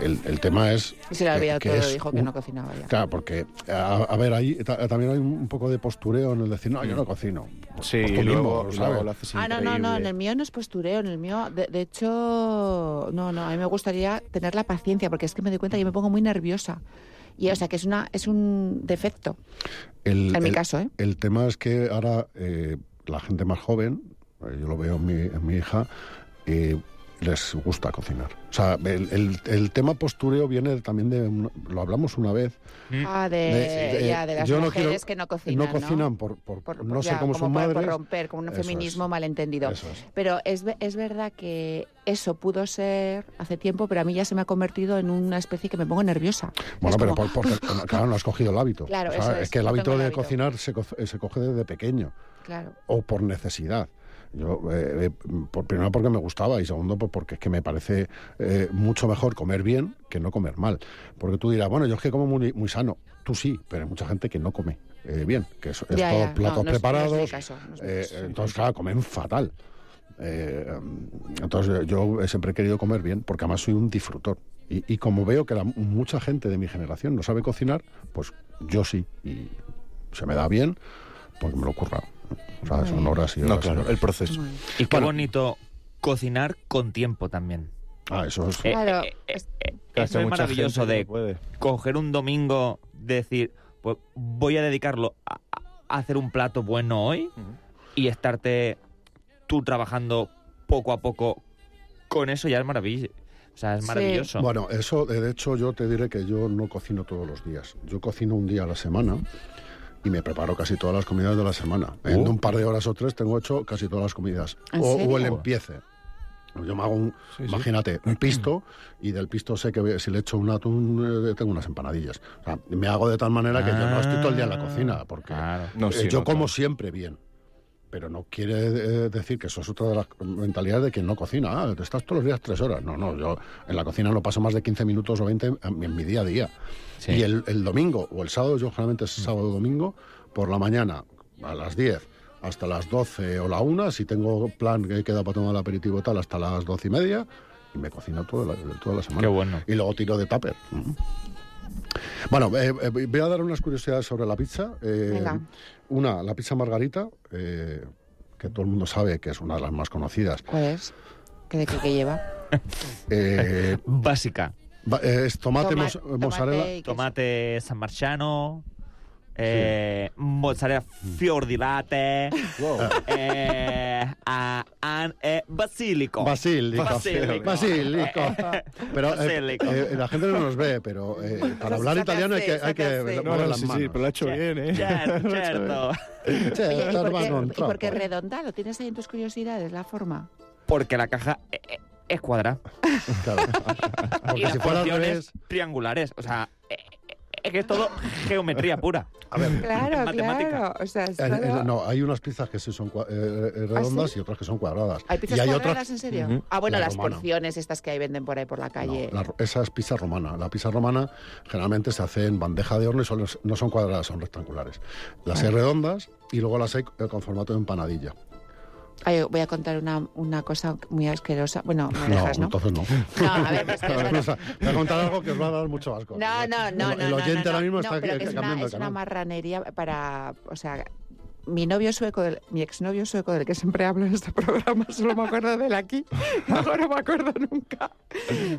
[SPEAKER 2] el, el tema es.
[SPEAKER 3] Y se le ha
[SPEAKER 2] que-
[SPEAKER 3] olvidado
[SPEAKER 2] que
[SPEAKER 3] todo,
[SPEAKER 2] es
[SPEAKER 3] dijo que
[SPEAKER 2] un-
[SPEAKER 3] no cocinaba ya.
[SPEAKER 2] Claro, porque, a, a ver, ahí ta- también hay un poco de postureo en el decir, no, yo no cocino. Pues-
[SPEAKER 5] Mm. Sí,
[SPEAKER 2] pues tú
[SPEAKER 5] y
[SPEAKER 2] mismo,
[SPEAKER 5] luego, y
[SPEAKER 2] ¿sabes?
[SPEAKER 5] luego lo haces
[SPEAKER 3] Ah, no, no, no, en
[SPEAKER 5] increíble.
[SPEAKER 3] el mío no es postureo, en el mío, de, de hecho, no, no, a mí me gustaría tener la paciencia, porque es que me doy cuenta que me pongo muy nerviosa. Y, o sea, que es, una, es un defecto,
[SPEAKER 2] El-
[SPEAKER 3] en mi
[SPEAKER 2] el-
[SPEAKER 3] caso, ¿eh?
[SPEAKER 2] El tema es que ahora eh, la gente más joven, eh, yo lo veo en mi, en mi hija, eh, les gusta cocinar. O sea, el, el- el tema postureo viene también de... un- Lo hablamos una vez.
[SPEAKER 3] Ah, de,
[SPEAKER 2] de- de-
[SPEAKER 3] ya, de las
[SPEAKER 2] yo no quiero-
[SPEAKER 3] mujeres que no cocinan,
[SPEAKER 2] no cocinan por, por-
[SPEAKER 3] Por-
[SPEAKER 2] no
[SPEAKER 3] por-
[SPEAKER 2] sé
[SPEAKER 3] ya,
[SPEAKER 2] cómo
[SPEAKER 3] como
[SPEAKER 2] son
[SPEAKER 3] por-
[SPEAKER 2] madres.
[SPEAKER 3] Por romper con un
[SPEAKER 2] Eso es.
[SPEAKER 3] feminismo malentendido.
[SPEAKER 2] Eso es.
[SPEAKER 3] Pero es, ve- es verdad que eso pudo ser hace tiempo, pero a mí ya se me ha convertido en una especie que me pongo nerviosa.
[SPEAKER 2] Bueno,
[SPEAKER 3] Es
[SPEAKER 2] pero
[SPEAKER 3] como-
[SPEAKER 2] por- porque,
[SPEAKER 3] [LAUGHS]
[SPEAKER 2] claro, no has cogido el hábito.
[SPEAKER 3] Claro,
[SPEAKER 2] O sea,
[SPEAKER 3] eso
[SPEAKER 2] es,
[SPEAKER 3] es,
[SPEAKER 2] que el
[SPEAKER 3] no
[SPEAKER 2] hábito
[SPEAKER 3] tengo el
[SPEAKER 2] de
[SPEAKER 3] hábito.
[SPEAKER 2] cocinar se, co- se coge desde pequeño.
[SPEAKER 3] Claro.
[SPEAKER 2] o por necesidad. Yo, eh, eh, por, primero porque me gustaba y segundo pues porque es que me parece eh, mucho mejor comer bien que no comer mal. Porque tú dirás, bueno, yo es que como muy, muy sano. Tú sí, pero hay mucha gente que no come eh, bien, que es, es
[SPEAKER 3] Ya,
[SPEAKER 2] todo
[SPEAKER 3] ya, no,
[SPEAKER 2] platos
[SPEAKER 3] no es- no es mi
[SPEAKER 2] preparados.
[SPEAKER 3] caso, no es mi
[SPEAKER 2] eh,
[SPEAKER 3] caso.
[SPEAKER 2] entonces, claro, comen fatal. Eh, entonces, eh, yo siempre he querido comer bien porque además soy un disfrutor. Y, y como veo que la- mucha gente de mi generación no sabe cocinar, pues yo sí. Y se me da bien porque me lo curra. O sea, son horas y horas.
[SPEAKER 5] No,
[SPEAKER 2] y
[SPEAKER 5] claro,
[SPEAKER 2] horas.
[SPEAKER 5] el proceso.
[SPEAKER 3] Muy bien.
[SPEAKER 4] Y qué
[SPEAKER 2] Bueno.
[SPEAKER 4] bonito cocinar con tiempo también.
[SPEAKER 2] Ah, eso es.
[SPEAKER 4] Eh,
[SPEAKER 3] Claro,
[SPEAKER 4] eh,
[SPEAKER 3] es-
[SPEAKER 4] eh,
[SPEAKER 5] Claro,
[SPEAKER 4] eso
[SPEAKER 5] hay
[SPEAKER 4] es
[SPEAKER 5] mucha
[SPEAKER 4] maravilloso
[SPEAKER 5] gente que
[SPEAKER 4] de
[SPEAKER 5] no puede.
[SPEAKER 4] coger un domingo, decir, pues voy a dedicarlo a, a hacer un plato bueno hoy y estarte tú trabajando poco a poco con eso ya es maravilloso. O sea, es
[SPEAKER 3] Sí.
[SPEAKER 4] maravilloso.
[SPEAKER 2] Bueno, eso, eh, de hecho, yo te diré que yo no cocino todos los días. Yo cocino un día a la semana y me preparo casi todas las comidas de la semana. En
[SPEAKER 4] Oh.
[SPEAKER 2] un par de horas o tres tengo hecho casi todas las comidas.
[SPEAKER 3] ¿En
[SPEAKER 2] O,
[SPEAKER 3] serio?
[SPEAKER 2] o el empiece. Yo me hago un, imagínate,
[SPEAKER 5] [CLEARS THROAT]
[SPEAKER 2] un pisto y del pisto sé que si le echo un atún eh, tengo unas empanadillas. O sea, me hago de tal manera que yo no estoy todo el día en la cocina porque
[SPEAKER 4] Ah, Claro.
[SPEAKER 5] No,
[SPEAKER 2] Eh,
[SPEAKER 5] sí,
[SPEAKER 2] yo
[SPEAKER 5] no,
[SPEAKER 2] como
[SPEAKER 5] claro.
[SPEAKER 2] siempre bien. Pero no quiere eh, decir que eso es otra de las mentalidades de quien no cocina. Ah, te estás todos los días tres horas. No, no, yo en la cocina no paso más de 15 minutos o 20 en mi- en mi día a día.
[SPEAKER 4] Sí.
[SPEAKER 2] Y el, el domingo o el sábado, yo generalmente es
[SPEAKER 5] Mm.
[SPEAKER 2] sábado o domingo, por la mañana a las 10 hasta las 12 o la 1, si tengo plan que queda para tomar el aperitivo y tal, hasta las 12 y media, y me cocino toda la, toda la semana.
[SPEAKER 4] Qué bueno.
[SPEAKER 2] Y luego tiro de tupper. Ujú. Bueno, eh, eh, voy a dar unas curiosidades sobre la pizza. Eh,
[SPEAKER 3] Venga.
[SPEAKER 2] una, la pizza margarita, eh, que todo el mundo sabe que es una de las más conocidas.
[SPEAKER 3] ¿Cuál es? ¿Qué, de qué, qué lleva?
[SPEAKER 2] Eh,
[SPEAKER 4] Básica.
[SPEAKER 2] va- eh, es tomate,
[SPEAKER 3] Toma-
[SPEAKER 2] mos-
[SPEAKER 3] tomate
[SPEAKER 2] mozzarella.
[SPEAKER 3] y queso.
[SPEAKER 4] Tomate San Marciano, eh, mozzarella fior di latte, eh, a- pan es basílico.
[SPEAKER 2] Basílico.
[SPEAKER 4] Basílico.
[SPEAKER 3] [LAUGHS]
[SPEAKER 2] Basílico. Pero eh,
[SPEAKER 4] Basílico.
[SPEAKER 2] eh, la gente no nos ve, pero eh, para hablar
[SPEAKER 3] Sacarse,
[SPEAKER 2] italiano hay que, hay que
[SPEAKER 3] sacarse.
[SPEAKER 2] mover
[SPEAKER 5] No, no,
[SPEAKER 2] las
[SPEAKER 5] sí,
[SPEAKER 2] manos.
[SPEAKER 5] sí, pero lo ha hecho bien, [LAUGHS] ¿eh?
[SPEAKER 4] Cierto,
[SPEAKER 5] Lo ha hecho bien.
[SPEAKER 4] cierto.
[SPEAKER 2] [LAUGHS] Che,
[SPEAKER 3] Oye,
[SPEAKER 2] estás
[SPEAKER 3] ¿y por qué-
[SPEAKER 2] mano en
[SPEAKER 3] y por qué
[SPEAKER 2] trapo.
[SPEAKER 3] redonda? ¿Lo tienes ahí en tus curiosidades, la forma?
[SPEAKER 4] Porque la caja eh, eh, es cuadrada.
[SPEAKER 2] Claro.
[SPEAKER 4] y
[SPEAKER 2] Porque
[SPEAKER 4] las
[SPEAKER 2] si fuera al
[SPEAKER 4] porciones
[SPEAKER 2] revés...
[SPEAKER 4] triangulares. O sea, eh, eh, es que es todo [LAUGHS] geometría pura.
[SPEAKER 2] A ver,
[SPEAKER 3] Claro,
[SPEAKER 4] Matemática.
[SPEAKER 3] claro. O sea, es
[SPEAKER 2] En- en-
[SPEAKER 3] todo-
[SPEAKER 2] Eh, no, hay unas pizzas que sí son cua- eh, eh, redondas
[SPEAKER 3] sí?
[SPEAKER 2] y otras que son cuadradas.
[SPEAKER 3] ¿Hay pizzas
[SPEAKER 2] y hay
[SPEAKER 3] cuadradas,
[SPEAKER 2] otras.
[SPEAKER 3] en serio?
[SPEAKER 5] Ujú.
[SPEAKER 3] Ah, bueno,
[SPEAKER 2] La
[SPEAKER 3] las
[SPEAKER 2] romana.
[SPEAKER 3] porciones estas que ahí venden por ahí por la calle.
[SPEAKER 2] No, la ro- esa es pizza romana. La pizza romana generalmente se hace en bandeja de horno y son- no son cuadradas, son rectangulares. Las hay redondas y luego las hay eh, con formato de empanadilla.
[SPEAKER 3] Ay, voy a contar una, una cosa muy asquerosa. Bueno, me dejas, ¿no?
[SPEAKER 2] entonces
[SPEAKER 3] [LAUGHS]
[SPEAKER 2] no.
[SPEAKER 3] No, a
[SPEAKER 2] [LAUGHS]
[SPEAKER 3] ver, pues,
[SPEAKER 2] Voy
[SPEAKER 3] bueno.
[SPEAKER 2] a contar algo que os va a dar mucho asco.
[SPEAKER 3] No, no,
[SPEAKER 2] El-
[SPEAKER 3] no, no.
[SPEAKER 2] El
[SPEAKER 3] no,
[SPEAKER 2] oyente
[SPEAKER 3] no,
[SPEAKER 2] ahora mismo
[SPEAKER 3] no,
[SPEAKER 2] está
[SPEAKER 3] pero
[SPEAKER 2] aquí-
[SPEAKER 3] es una-
[SPEAKER 2] cambiando de
[SPEAKER 3] Es una
[SPEAKER 2] canal.
[SPEAKER 3] marranería para, o sea, mi novio sueco, del- mi exnovio sueco del que siempre hablo en este programa, [LAUGHS] solo me acuerdo de él aquí, [LAUGHS] luego no me acuerdo nunca.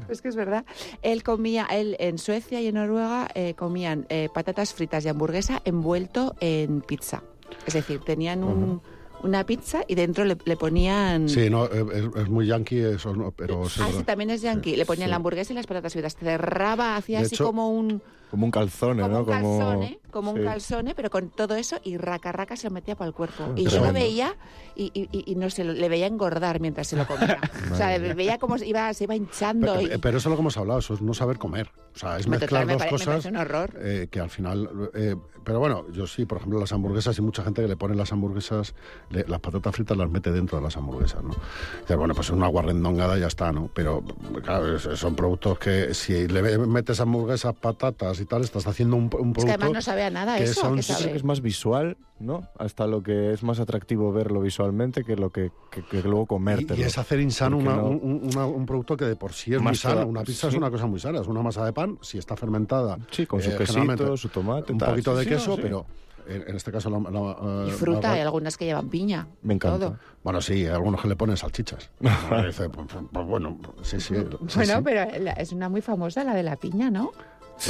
[SPEAKER 3] Es que es verdad. Él comía, él en Suecia y en Noruega eh, comían eh, patatas fritas y hamburguesa envuelto en pizza. Es decir, tenían un- una pizza y dentro le, le ponían...
[SPEAKER 2] Sí, no, eh, es, es muy yankee eso, no, pero... sí,
[SPEAKER 3] Ah,
[SPEAKER 2] verdad.
[SPEAKER 3] sí, también es yankee. Le ponían
[SPEAKER 2] sí.
[SPEAKER 3] la hamburguesa y las patatas fritas. Cerraba, hacía
[SPEAKER 2] De
[SPEAKER 3] así
[SPEAKER 2] hecho,
[SPEAKER 3] como un
[SPEAKER 5] Como un calzone,
[SPEAKER 3] como
[SPEAKER 5] ¿no?
[SPEAKER 3] un calzone, como un
[SPEAKER 5] sí.
[SPEAKER 3] calzone, pero con todo eso y raca raca se lo metía para el cuerpo. Y yo
[SPEAKER 2] Ah, Tremendo.
[SPEAKER 3] lo veía y, y- y- y no sé, le veía engordar mientras se
[SPEAKER 2] [LAUGHS]
[SPEAKER 3] lo comía. o sea, le veía cómo se iba, se iba hinchando
[SPEAKER 2] Pero,
[SPEAKER 3] y
[SPEAKER 2] eh, pero eso es lo que hemos hablado, eso es no saber comer. O sea, es
[SPEAKER 3] Bueno,
[SPEAKER 2] mezclar
[SPEAKER 3] total, me
[SPEAKER 2] dos
[SPEAKER 3] pare- me
[SPEAKER 2] cosas
[SPEAKER 3] parece un horror.
[SPEAKER 2] eh, que al final... eh, pero bueno, yo sí, por ejemplo, las hamburguesas y mucha gente que le pone las hamburguesas, le- las patatas fritas las mete dentro de las hamburguesas, ¿no? Dices, bueno, pues es una guarrendongada y ya está, ¿no? Pero claro, es- son productos que si le metes hamburguesas, patatas y tal, estás haciendo un, un producto...
[SPEAKER 3] es que además no sabía nada
[SPEAKER 2] que
[SPEAKER 3] eso.
[SPEAKER 2] son-
[SPEAKER 3] que
[SPEAKER 2] sí,
[SPEAKER 5] Yo creo
[SPEAKER 3] sabe.
[SPEAKER 5] que es más visual, ¿no? Hasta lo que es más atractivo verlo visualmente que lo que, que- que luego
[SPEAKER 2] Y,
[SPEAKER 5] comértelo.
[SPEAKER 2] y es hacer insano
[SPEAKER 5] Porque
[SPEAKER 2] una-
[SPEAKER 5] no-
[SPEAKER 2] un, una- un producto que de por sí es muy
[SPEAKER 5] Masa-
[SPEAKER 2] sano. Una pizza es
[SPEAKER 5] sí.
[SPEAKER 2] una cosa muy sana, es una masa de pan, si está fermentada.
[SPEAKER 5] Sí, con su
[SPEAKER 2] eh,
[SPEAKER 5] quesito,
[SPEAKER 2] generalmente
[SPEAKER 5] su tomate,
[SPEAKER 2] Un
[SPEAKER 5] tal.
[SPEAKER 2] poquito
[SPEAKER 5] Sí,
[SPEAKER 2] de
[SPEAKER 5] sí,
[SPEAKER 2] queso,
[SPEAKER 5] no, sí.
[SPEAKER 2] pero en, en este caso la. la, eh,
[SPEAKER 3] y fruta,
[SPEAKER 2] la-
[SPEAKER 3] hay algunas que llevan piña.
[SPEAKER 5] Me encanta.
[SPEAKER 3] Todo.
[SPEAKER 2] Bueno, sí, hay algunos que le ponen
[SPEAKER 5] [LAUGHS]
[SPEAKER 2] salchichas. Y dice, pues, pues, pues, bueno, sí, sí. sí,
[SPEAKER 3] bueno,
[SPEAKER 2] sí.
[SPEAKER 3] pero la- es una muy famosa la de la piña, ¿no?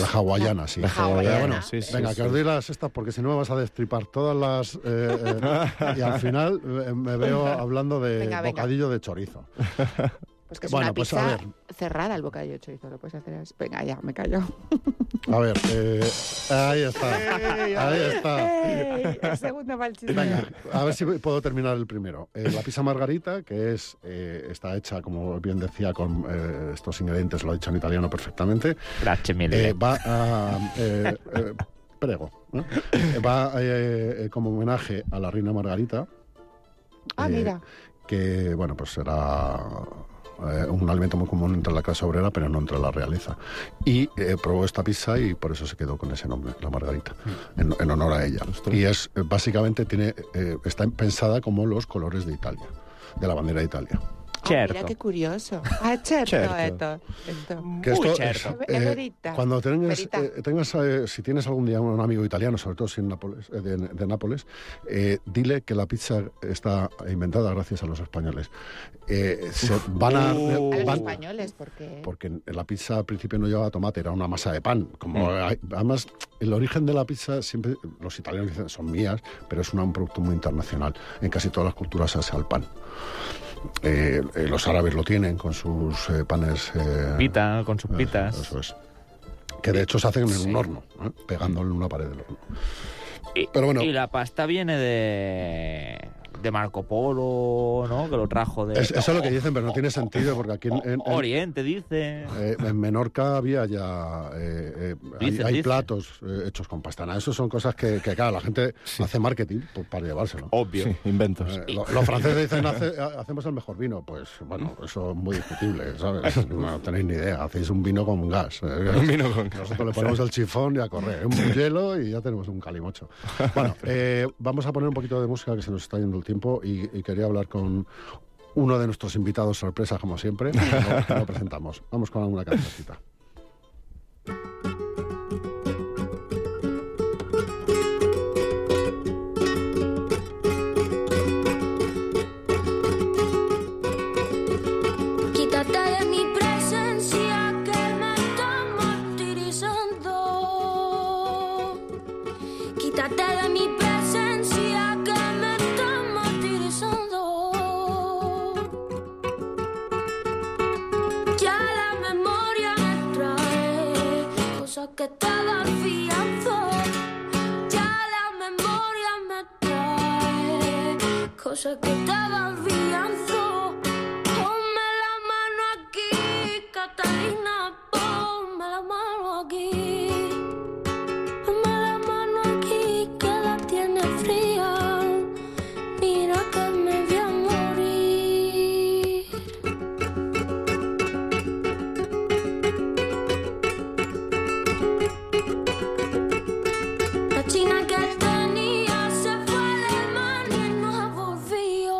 [SPEAKER 2] La hawaiana, sí.
[SPEAKER 5] La
[SPEAKER 3] hawaiana.
[SPEAKER 2] Pero bueno,
[SPEAKER 5] Sí, sí,
[SPEAKER 2] venga,
[SPEAKER 5] sí.
[SPEAKER 2] que os doy las estas porque si no me vas a destripar todas las. eh, eh, y al final eh, me veo hablando de
[SPEAKER 3] Venga, venga.
[SPEAKER 2] bocadillo de chorizo.
[SPEAKER 3] Pues que es
[SPEAKER 2] Bueno,
[SPEAKER 3] una
[SPEAKER 2] pues, a
[SPEAKER 3] pizza
[SPEAKER 2] ver.
[SPEAKER 3] cerrada el bocadillo de chorizo, lo puedes hacer. así. Venga, ya, me callo.
[SPEAKER 2] A ver, eh, ahí está. Ahí está.
[SPEAKER 3] [LAUGHS] ¡Ey! El segundo mal chiste.
[SPEAKER 2] Ah. Venga, a ver si puedo terminar el primero. Eh, la pizza margarita, que es eh, está hecha, como bien decía, con eh, estos ingredientes, lo ha dicho en italiano perfectamente,
[SPEAKER 4] Gracias, mil.
[SPEAKER 2] eh, va a... eh, eh, prego. ¿no? Eh, Va eh, eh, como homenaje a la reina Margarita,
[SPEAKER 3] Ah,
[SPEAKER 2] eh,
[SPEAKER 3] mira.
[SPEAKER 2] que, bueno, pues era eh, un alimento muy común entre la clase obrera, pero no entre la realeza. Y eh, probó esta pizza y por eso se quedó con ese nombre, la Margarita, en, en honor a ella.
[SPEAKER 5] Ostras.
[SPEAKER 2] Y es, eh, básicamente, tiene, eh, está pensada como los colores de Italia, de la bandera de Italia.
[SPEAKER 3] Ah,
[SPEAKER 4] Certo.
[SPEAKER 3] mira qué curioso. Ah, certo,
[SPEAKER 5] Certo.
[SPEAKER 3] esto. esto.
[SPEAKER 2] Que
[SPEAKER 4] Muy
[SPEAKER 2] esto,
[SPEAKER 4] certo.
[SPEAKER 2] eh,
[SPEAKER 3] Es verita.
[SPEAKER 2] cuando tengas,
[SPEAKER 3] Verita.
[SPEAKER 2] eh, tengas, eh, si tienes algún día un amigo italiano, sobre todo si en Nápoles, eh, de, de Nápoles, eh, dile que la pizza está inventada gracias a los españoles. Eh, se van a,
[SPEAKER 4] Uh.
[SPEAKER 3] Oh. A los
[SPEAKER 2] van-
[SPEAKER 3] españoles, porque...
[SPEAKER 2] porque en- la pizza al principio no llevaba tomate, era una masa de pan. Como
[SPEAKER 3] Mm.
[SPEAKER 2] hay- además el origen de la pizza siempre los italianos dicen son mías, pero es una- un producto muy internacional. En casi todas las culturas se hace al pan. Eh, eh, los árabes lo tienen con sus eh, panes. eh,
[SPEAKER 4] Pita, con sus
[SPEAKER 2] eso-
[SPEAKER 4] pitas.
[SPEAKER 2] Ah, Eso es. Que de hecho se hacen en un horno, ¿eh? pegándolo en una pared del horno.
[SPEAKER 4] Y,
[SPEAKER 2] Pero bueno.
[SPEAKER 4] y la pasta viene de. de Marco Polo, ¿no? Que lo trajo de.
[SPEAKER 2] Es- eso es lo que dicen, pero no tiene sentido porque aquí en, en- en-
[SPEAKER 4] Oriente, dice.
[SPEAKER 2] Eh, en Menorca había ya. eh, eh, hay-
[SPEAKER 4] Dicen,
[SPEAKER 2] hay
[SPEAKER 4] dicen.
[SPEAKER 2] platos eh, hechos con pastana. Eso son cosas que, que, claro, la gente hace marketing pues, para llevárselo.
[SPEAKER 4] Obvio.
[SPEAKER 5] Sí, inventos.
[SPEAKER 2] Eh, lo- los franceses dicen "Hace- ha- hacemos el mejor vino. Pues bueno, eso es muy discutible,
[SPEAKER 4] [LAUGHS]
[SPEAKER 2] ¿sabes? No tenéis ni idea. Hacéis un vino con gas.
[SPEAKER 5] [LAUGHS] Un
[SPEAKER 2] eh,
[SPEAKER 5] vino con
[SPEAKER 2] Nosotros le ponemos el chifón y a correr, ¿eh? un hielo y ya tenemos un calimocho. Bueno, eh, vamos a poner un poquito de música que se nos está yendo el tiempo y, y quería hablar con uno de nuestros invitados sorpresa, como siempre. que Lo, que lo presentamos. Vamos con alguna cancioncita.
[SPEAKER 6] Quítate de mi presencia que me está martirizando. Quítate de mi presencia que me está martirizando. sé que te desvianzo. Ponme la mano aquí, Catalina, ponme la mano aquí. Ponme la mano aquí, que la tiene fría. Mira que me voy a morir. La china que tenía se fue de mano y no volvió.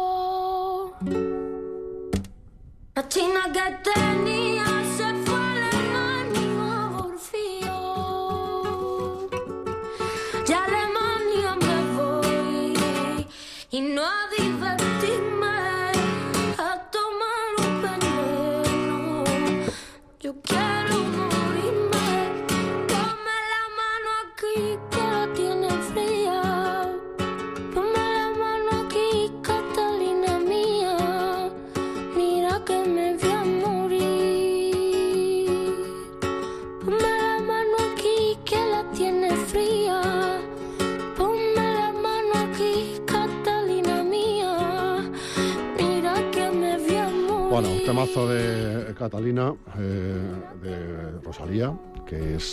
[SPEAKER 6] La china que tenía se fue de mano y no volvió. Ya Alemania me voy y no a divertirme a tomar un veneno. Yo quiero morirme. Ponme la mano aquí que la tiene fría. Ponme la mano aquí, Catalina mía. Mira que me voy a morir. Ponme la mano aquí que la tiene fría. Ponme la mano aquí, Catalina mía. Mira que me voy a morir.
[SPEAKER 2] Bueno, temazo de Catalina, eh, de Rosalía, que es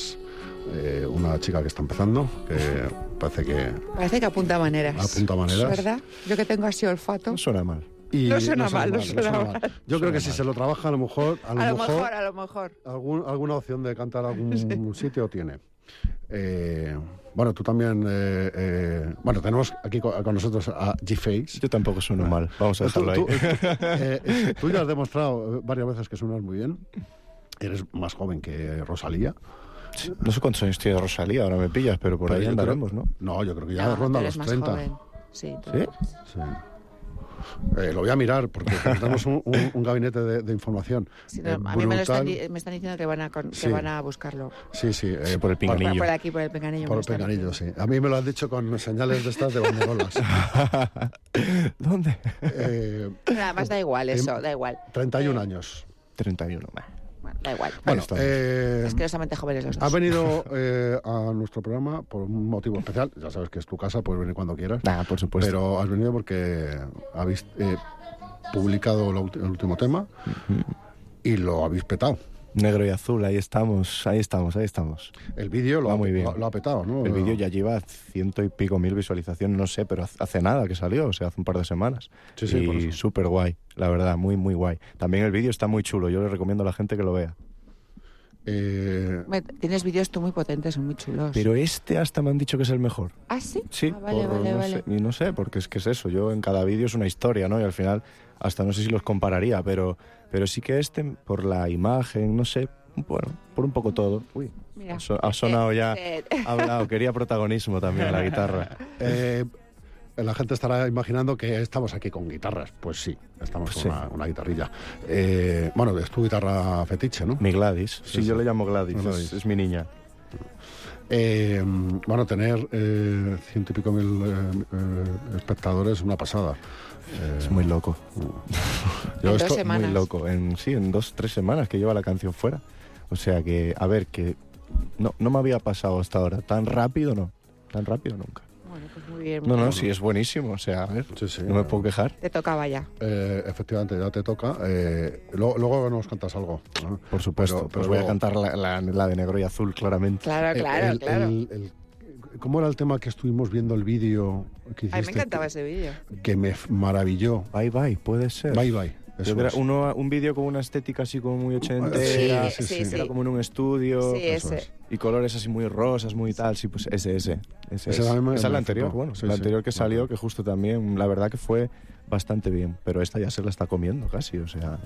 [SPEAKER 2] eh, una chica que está empezando, que parece que
[SPEAKER 3] Parece que apunta maneras.
[SPEAKER 2] Apunta maneras.
[SPEAKER 3] ¿Verdad? Yo que tengo así olfato.
[SPEAKER 5] No suena mal.
[SPEAKER 2] Y
[SPEAKER 3] No suena mal, no suena mal.
[SPEAKER 2] Yo creo
[SPEAKER 5] Suena
[SPEAKER 2] que si
[SPEAKER 5] mal.
[SPEAKER 2] se lo trabaja, a lo mejor, a lo
[SPEAKER 3] A lo
[SPEAKER 2] mejor,
[SPEAKER 3] mejor, a lo mejor.
[SPEAKER 2] algún- alguna opción de cantar algún
[SPEAKER 3] [LAUGHS]
[SPEAKER 2] sitio tiene. Eh, bueno, tú también. eh, eh, bueno, tenemos aquí co- con, nosotros a G-Face.
[SPEAKER 5] Yo tampoco sueno mal. Vamos a
[SPEAKER 2] Tú,
[SPEAKER 5] dejarlo ahí.
[SPEAKER 2] tú- [LAUGHS] eh, tú ya has demostrado eh, varias veces que suenas muy bien. Eres más joven que Rosalía.
[SPEAKER 5] [LAUGHS] No sé cuántos años tiene Rosalía, ahora me pillas, pero por
[SPEAKER 2] Pero
[SPEAKER 5] ahí
[SPEAKER 2] yo creo- [LAUGHS]
[SPEAKER 5] andaremos, ¿no?
[SPEAKER 2] No, yo creo que ya
[SPEAKER 3] Ah, tú
[SPEAKER 2] ronda
[SPEAKER 3] eres
[SPEAKER 2] los
[SPEAKER 3] más
[SPEAKER 2] 30.
[SPEAKER 3] joven. Sí, tú-
[SPEAKER 5] ¿Sí?
[SPEAKER 2] Sí. Eh, lo voy a mirar porque tenemos un, un- un gabinete de, de información.
[SPEAKER 3] sí, no,
[SPEAKER 2] eh,
[SPEAKER 3] a mí me, lo están,
[SPEAKER 2] brutal.
[SPEAKER 3] di- me están diciendo que van a, con- que
[SPEAKER 2] Sí.
[SPEAKER 3] van a buscarlo.
[SPEAKER 2] Sí, sí, eh,
[SPEAKER 5] Sí, por el
[SPEAKER 2] para-
[SPEAKER 3] Por,
[SPEAKER 5] pinganillo.
[SPEAKER 3] por aquí, por el penganillo. me
[SPEAKER 2] Por
[SPEAKER 3] lo
[SPEAKER 2] el
[SPEAKER 3] están
[SPEAKER 2] penganillo, sí.
[SPEAKER 3] diciendo.
[SPEAKER 2] A mí me lo han dicho con señales de estas de
[SPEAKER 5] [LAUGHS]
[SPEAKER 2] banderolas.
[SPEAKER 5] ¿Dónde?
[SPEAKER 2] Eh,
[SPEAKER 3] Pero además da igual
[SPEAKER 2] Em,
[SPEAKER 3] eso, da igual.
[SPEAKER 2] 31 años.
[SPEAKER 5] 31. bah.
[SPEAKER 3] Bueno, da igual.
[SPEAKER 2] Bueno,
[SPEAKER 5] estamos.
[SPEAKER 2] eh,
[SPEAKER 3] Asquerosamente jóvenes los
[SPEAKER 2] ha
[SPEAKER 3] dos.
[SPEAKER 2] venido eh, a nuestro programa por un motivo especial. Ya sabes que es tu casa, puedes venir cuando quieras.
[SPEAKER 5] Nada, por supuesto.
[SPEAKER 2] Pero has venido porque habéis eh, publicado lo ulti- el último tema y lo habéis petado.
[SPEAKER 5] Negro y azul, ahí estamos, ahí estamos, ahí estamos.
[SPEAKER 2] El vídeo lo,
[SPEAKER 5] Va
[SPEAKER 2] ha-
[SPEAKER 5] muy bien.
[SPEAKER 2] lo- lo ha petado, ¿no?
[SPEAKER 5] El vídeo ya lleva ciento y pico mil visualizaciones, no sé, pero hace- hace nada que salió, o sea, hace un par de semanas.
[SPEAKER 2] Sí, sí, por
[SPEAKER 5] y
[SPEAKER 2] eso.
[SPEAKER 5] súper guay, la verdad, muy, muy guay. También el vídeo está muy chulo, yo le recomiendo a la gente que lo vea.
[SPEAKER 2] Eh,
[SPEAKER 3] Me- Tienes vídeos tú muy potentes, son muy chulos.
[SPEAKER 5] Pero este hasta me han dicho que es el mejor.
[SPEAKER 3] ¿Ah, sí?
[SPEAKER 5] Sí,
[SPEAKER 3] Ah, vale,
[SPEAKER 5] por-
[SPEAKER 3] vale,
[SPEAKER 5] no
[SPEAKER 3] vale.
[SPEAKER 5] Sé, y no sé, porque es que es eso. Yo en cada vídeo es una historia, ¿no? Y al final, hasta no sé si los compararía, pero, pero sí que este, por la imagen, no sé, bueno, por un poco todo. Uy,
[SPEAKER 3] Mira.
[SPEAKER 5] ha so- ha sonado
[SPEAKER 3] Eh,
[SPEAKER 5] ya,
[SPEAKER 3] eh, [LAUGHS]
[SPEAKER 5] ha hablado, quería protagonismo también la guitarra.
[SPEAKER 2] eh, la gente estará imaginando que estamos aquí con guitarras. Pues sí, estamos
[SPEAKER 5] Pues
[SPEAKER 2] con
[SPEAKER 5] sí.
[SPEAKER 2] Una, una guitarrilla. Eh, bueno, es tu guitarra fetiche, ¿no?
[SPEAKER 5] Mi Gladys,
[SPEAKER 2] Sí,
[SPEAKER 5] sí,
[SPEAKER 2] sí.
[SPEAKER 5] yo le llamo Gladys, es-
[SPEAKER 2] Gladys.
[SPEAKER 5] Es, mi niña.
[SPEAKER 2] Eh, bueno, tener eh, ciento y pico mil eh, eh, espectadores es una pasada. Eh,
[SPEAKER 5] Es muy loco.
[SPEAKER 3] [LAUGHS] En
[SPEAKER 2] yo
[SPEAKER 3] dos
[SPEAKER 2] esto-
[SPEAKER 3] semanas.
[SPEAKER 5] Uh. Muy loco. En, sí, en dos, tres semanas que lleva la canción fuera. O sea que, a ver, que no, no me había pasado hasta ahora. Tan rápido no, tan rápido nunca.
[SPEAKER 3] Bueno, pues muy bien.
[SPEAKER 5] No, no, sí, es buenísimo. O sea, a ver,
[SPEAKER 2] Sí, sí.
[SPEAKER 5] no me puedo quejar.
[SPEAKER 3] Te tocaba ya.
[SPEAKER 2] Eh, efectivamente, ya te toca. Eh, lo- luego nos cantas algo. ¿no?
[SPEAKER 5] Por supuesto,
[SPEAKER 2] Pero-
[SPEAKER 5] pero,
[SPEAKER 2] pero
[SPEAKER 5] voy a
[SPEAKER 2] luego-
[SPEAKER 5] cantar la, la- la de negro y azul, claramente.
[SPEAKER 3] Claro, Ah, claro,
[SPEAKER 2] El- el-
[SPEAKER 3] claro.
[SPEAKER 2] el- el- ¿Cómo era el tema que estuvimos viendo el vídeo que hiciste?
[SPEAKER 3] A mí me encantaba
[SPEAKER 2] que-
[SPEAKER 3] ese vídeo.
[SPEAKER 2] Que me f- maravilló.
[SPEAKER 5] Bye bye, puede ser.
[SPEAKER 2] Bye bye.
[SPEAKER 5] Yo
[SPEAKER 2] Eso
[SPEAKER 5] creo que
[SPEAKER 2] es.
[SPEAKER 5] era uno- un vídeo con una estética así como muy
[SPEAKER 2] Sí,
[SPEAKER 5] ochentera,
[SPEAKER 2] sí, sí.
[SPEAKER 5] que era como en un estudio. pues,
[SPEAKER 3] Sí,
[SPEAKER 2] eso
[SPEAKER 3] ese.
[SPEAKER 2] es.
[SPEAKER 5] Y colores así muy rosas, muy tal, sí, pues ese, ese.
[SPEAKER 2] Ese
[SPEAKER 5] Ese, es.
[SPEAKER 2] también me-
[SPEAKER 5] Esa es
[SPEAKER 2] me
[SPEAKER 5] la anterior,
[SPEAKER 2] flipó.
[SPEAKER 5] bueno,
[SPEAKER 2] Sí,
[SPEAKER 5] la
[SPEAKER 2] sí.
[SPEAKER 5] anterior que salió,
[SPEAKER 2] Ajá.
[SPEAKER 5] que justo también, la verdad que fue bastante bien, pero esta ya se la está comiendo casi, o sea,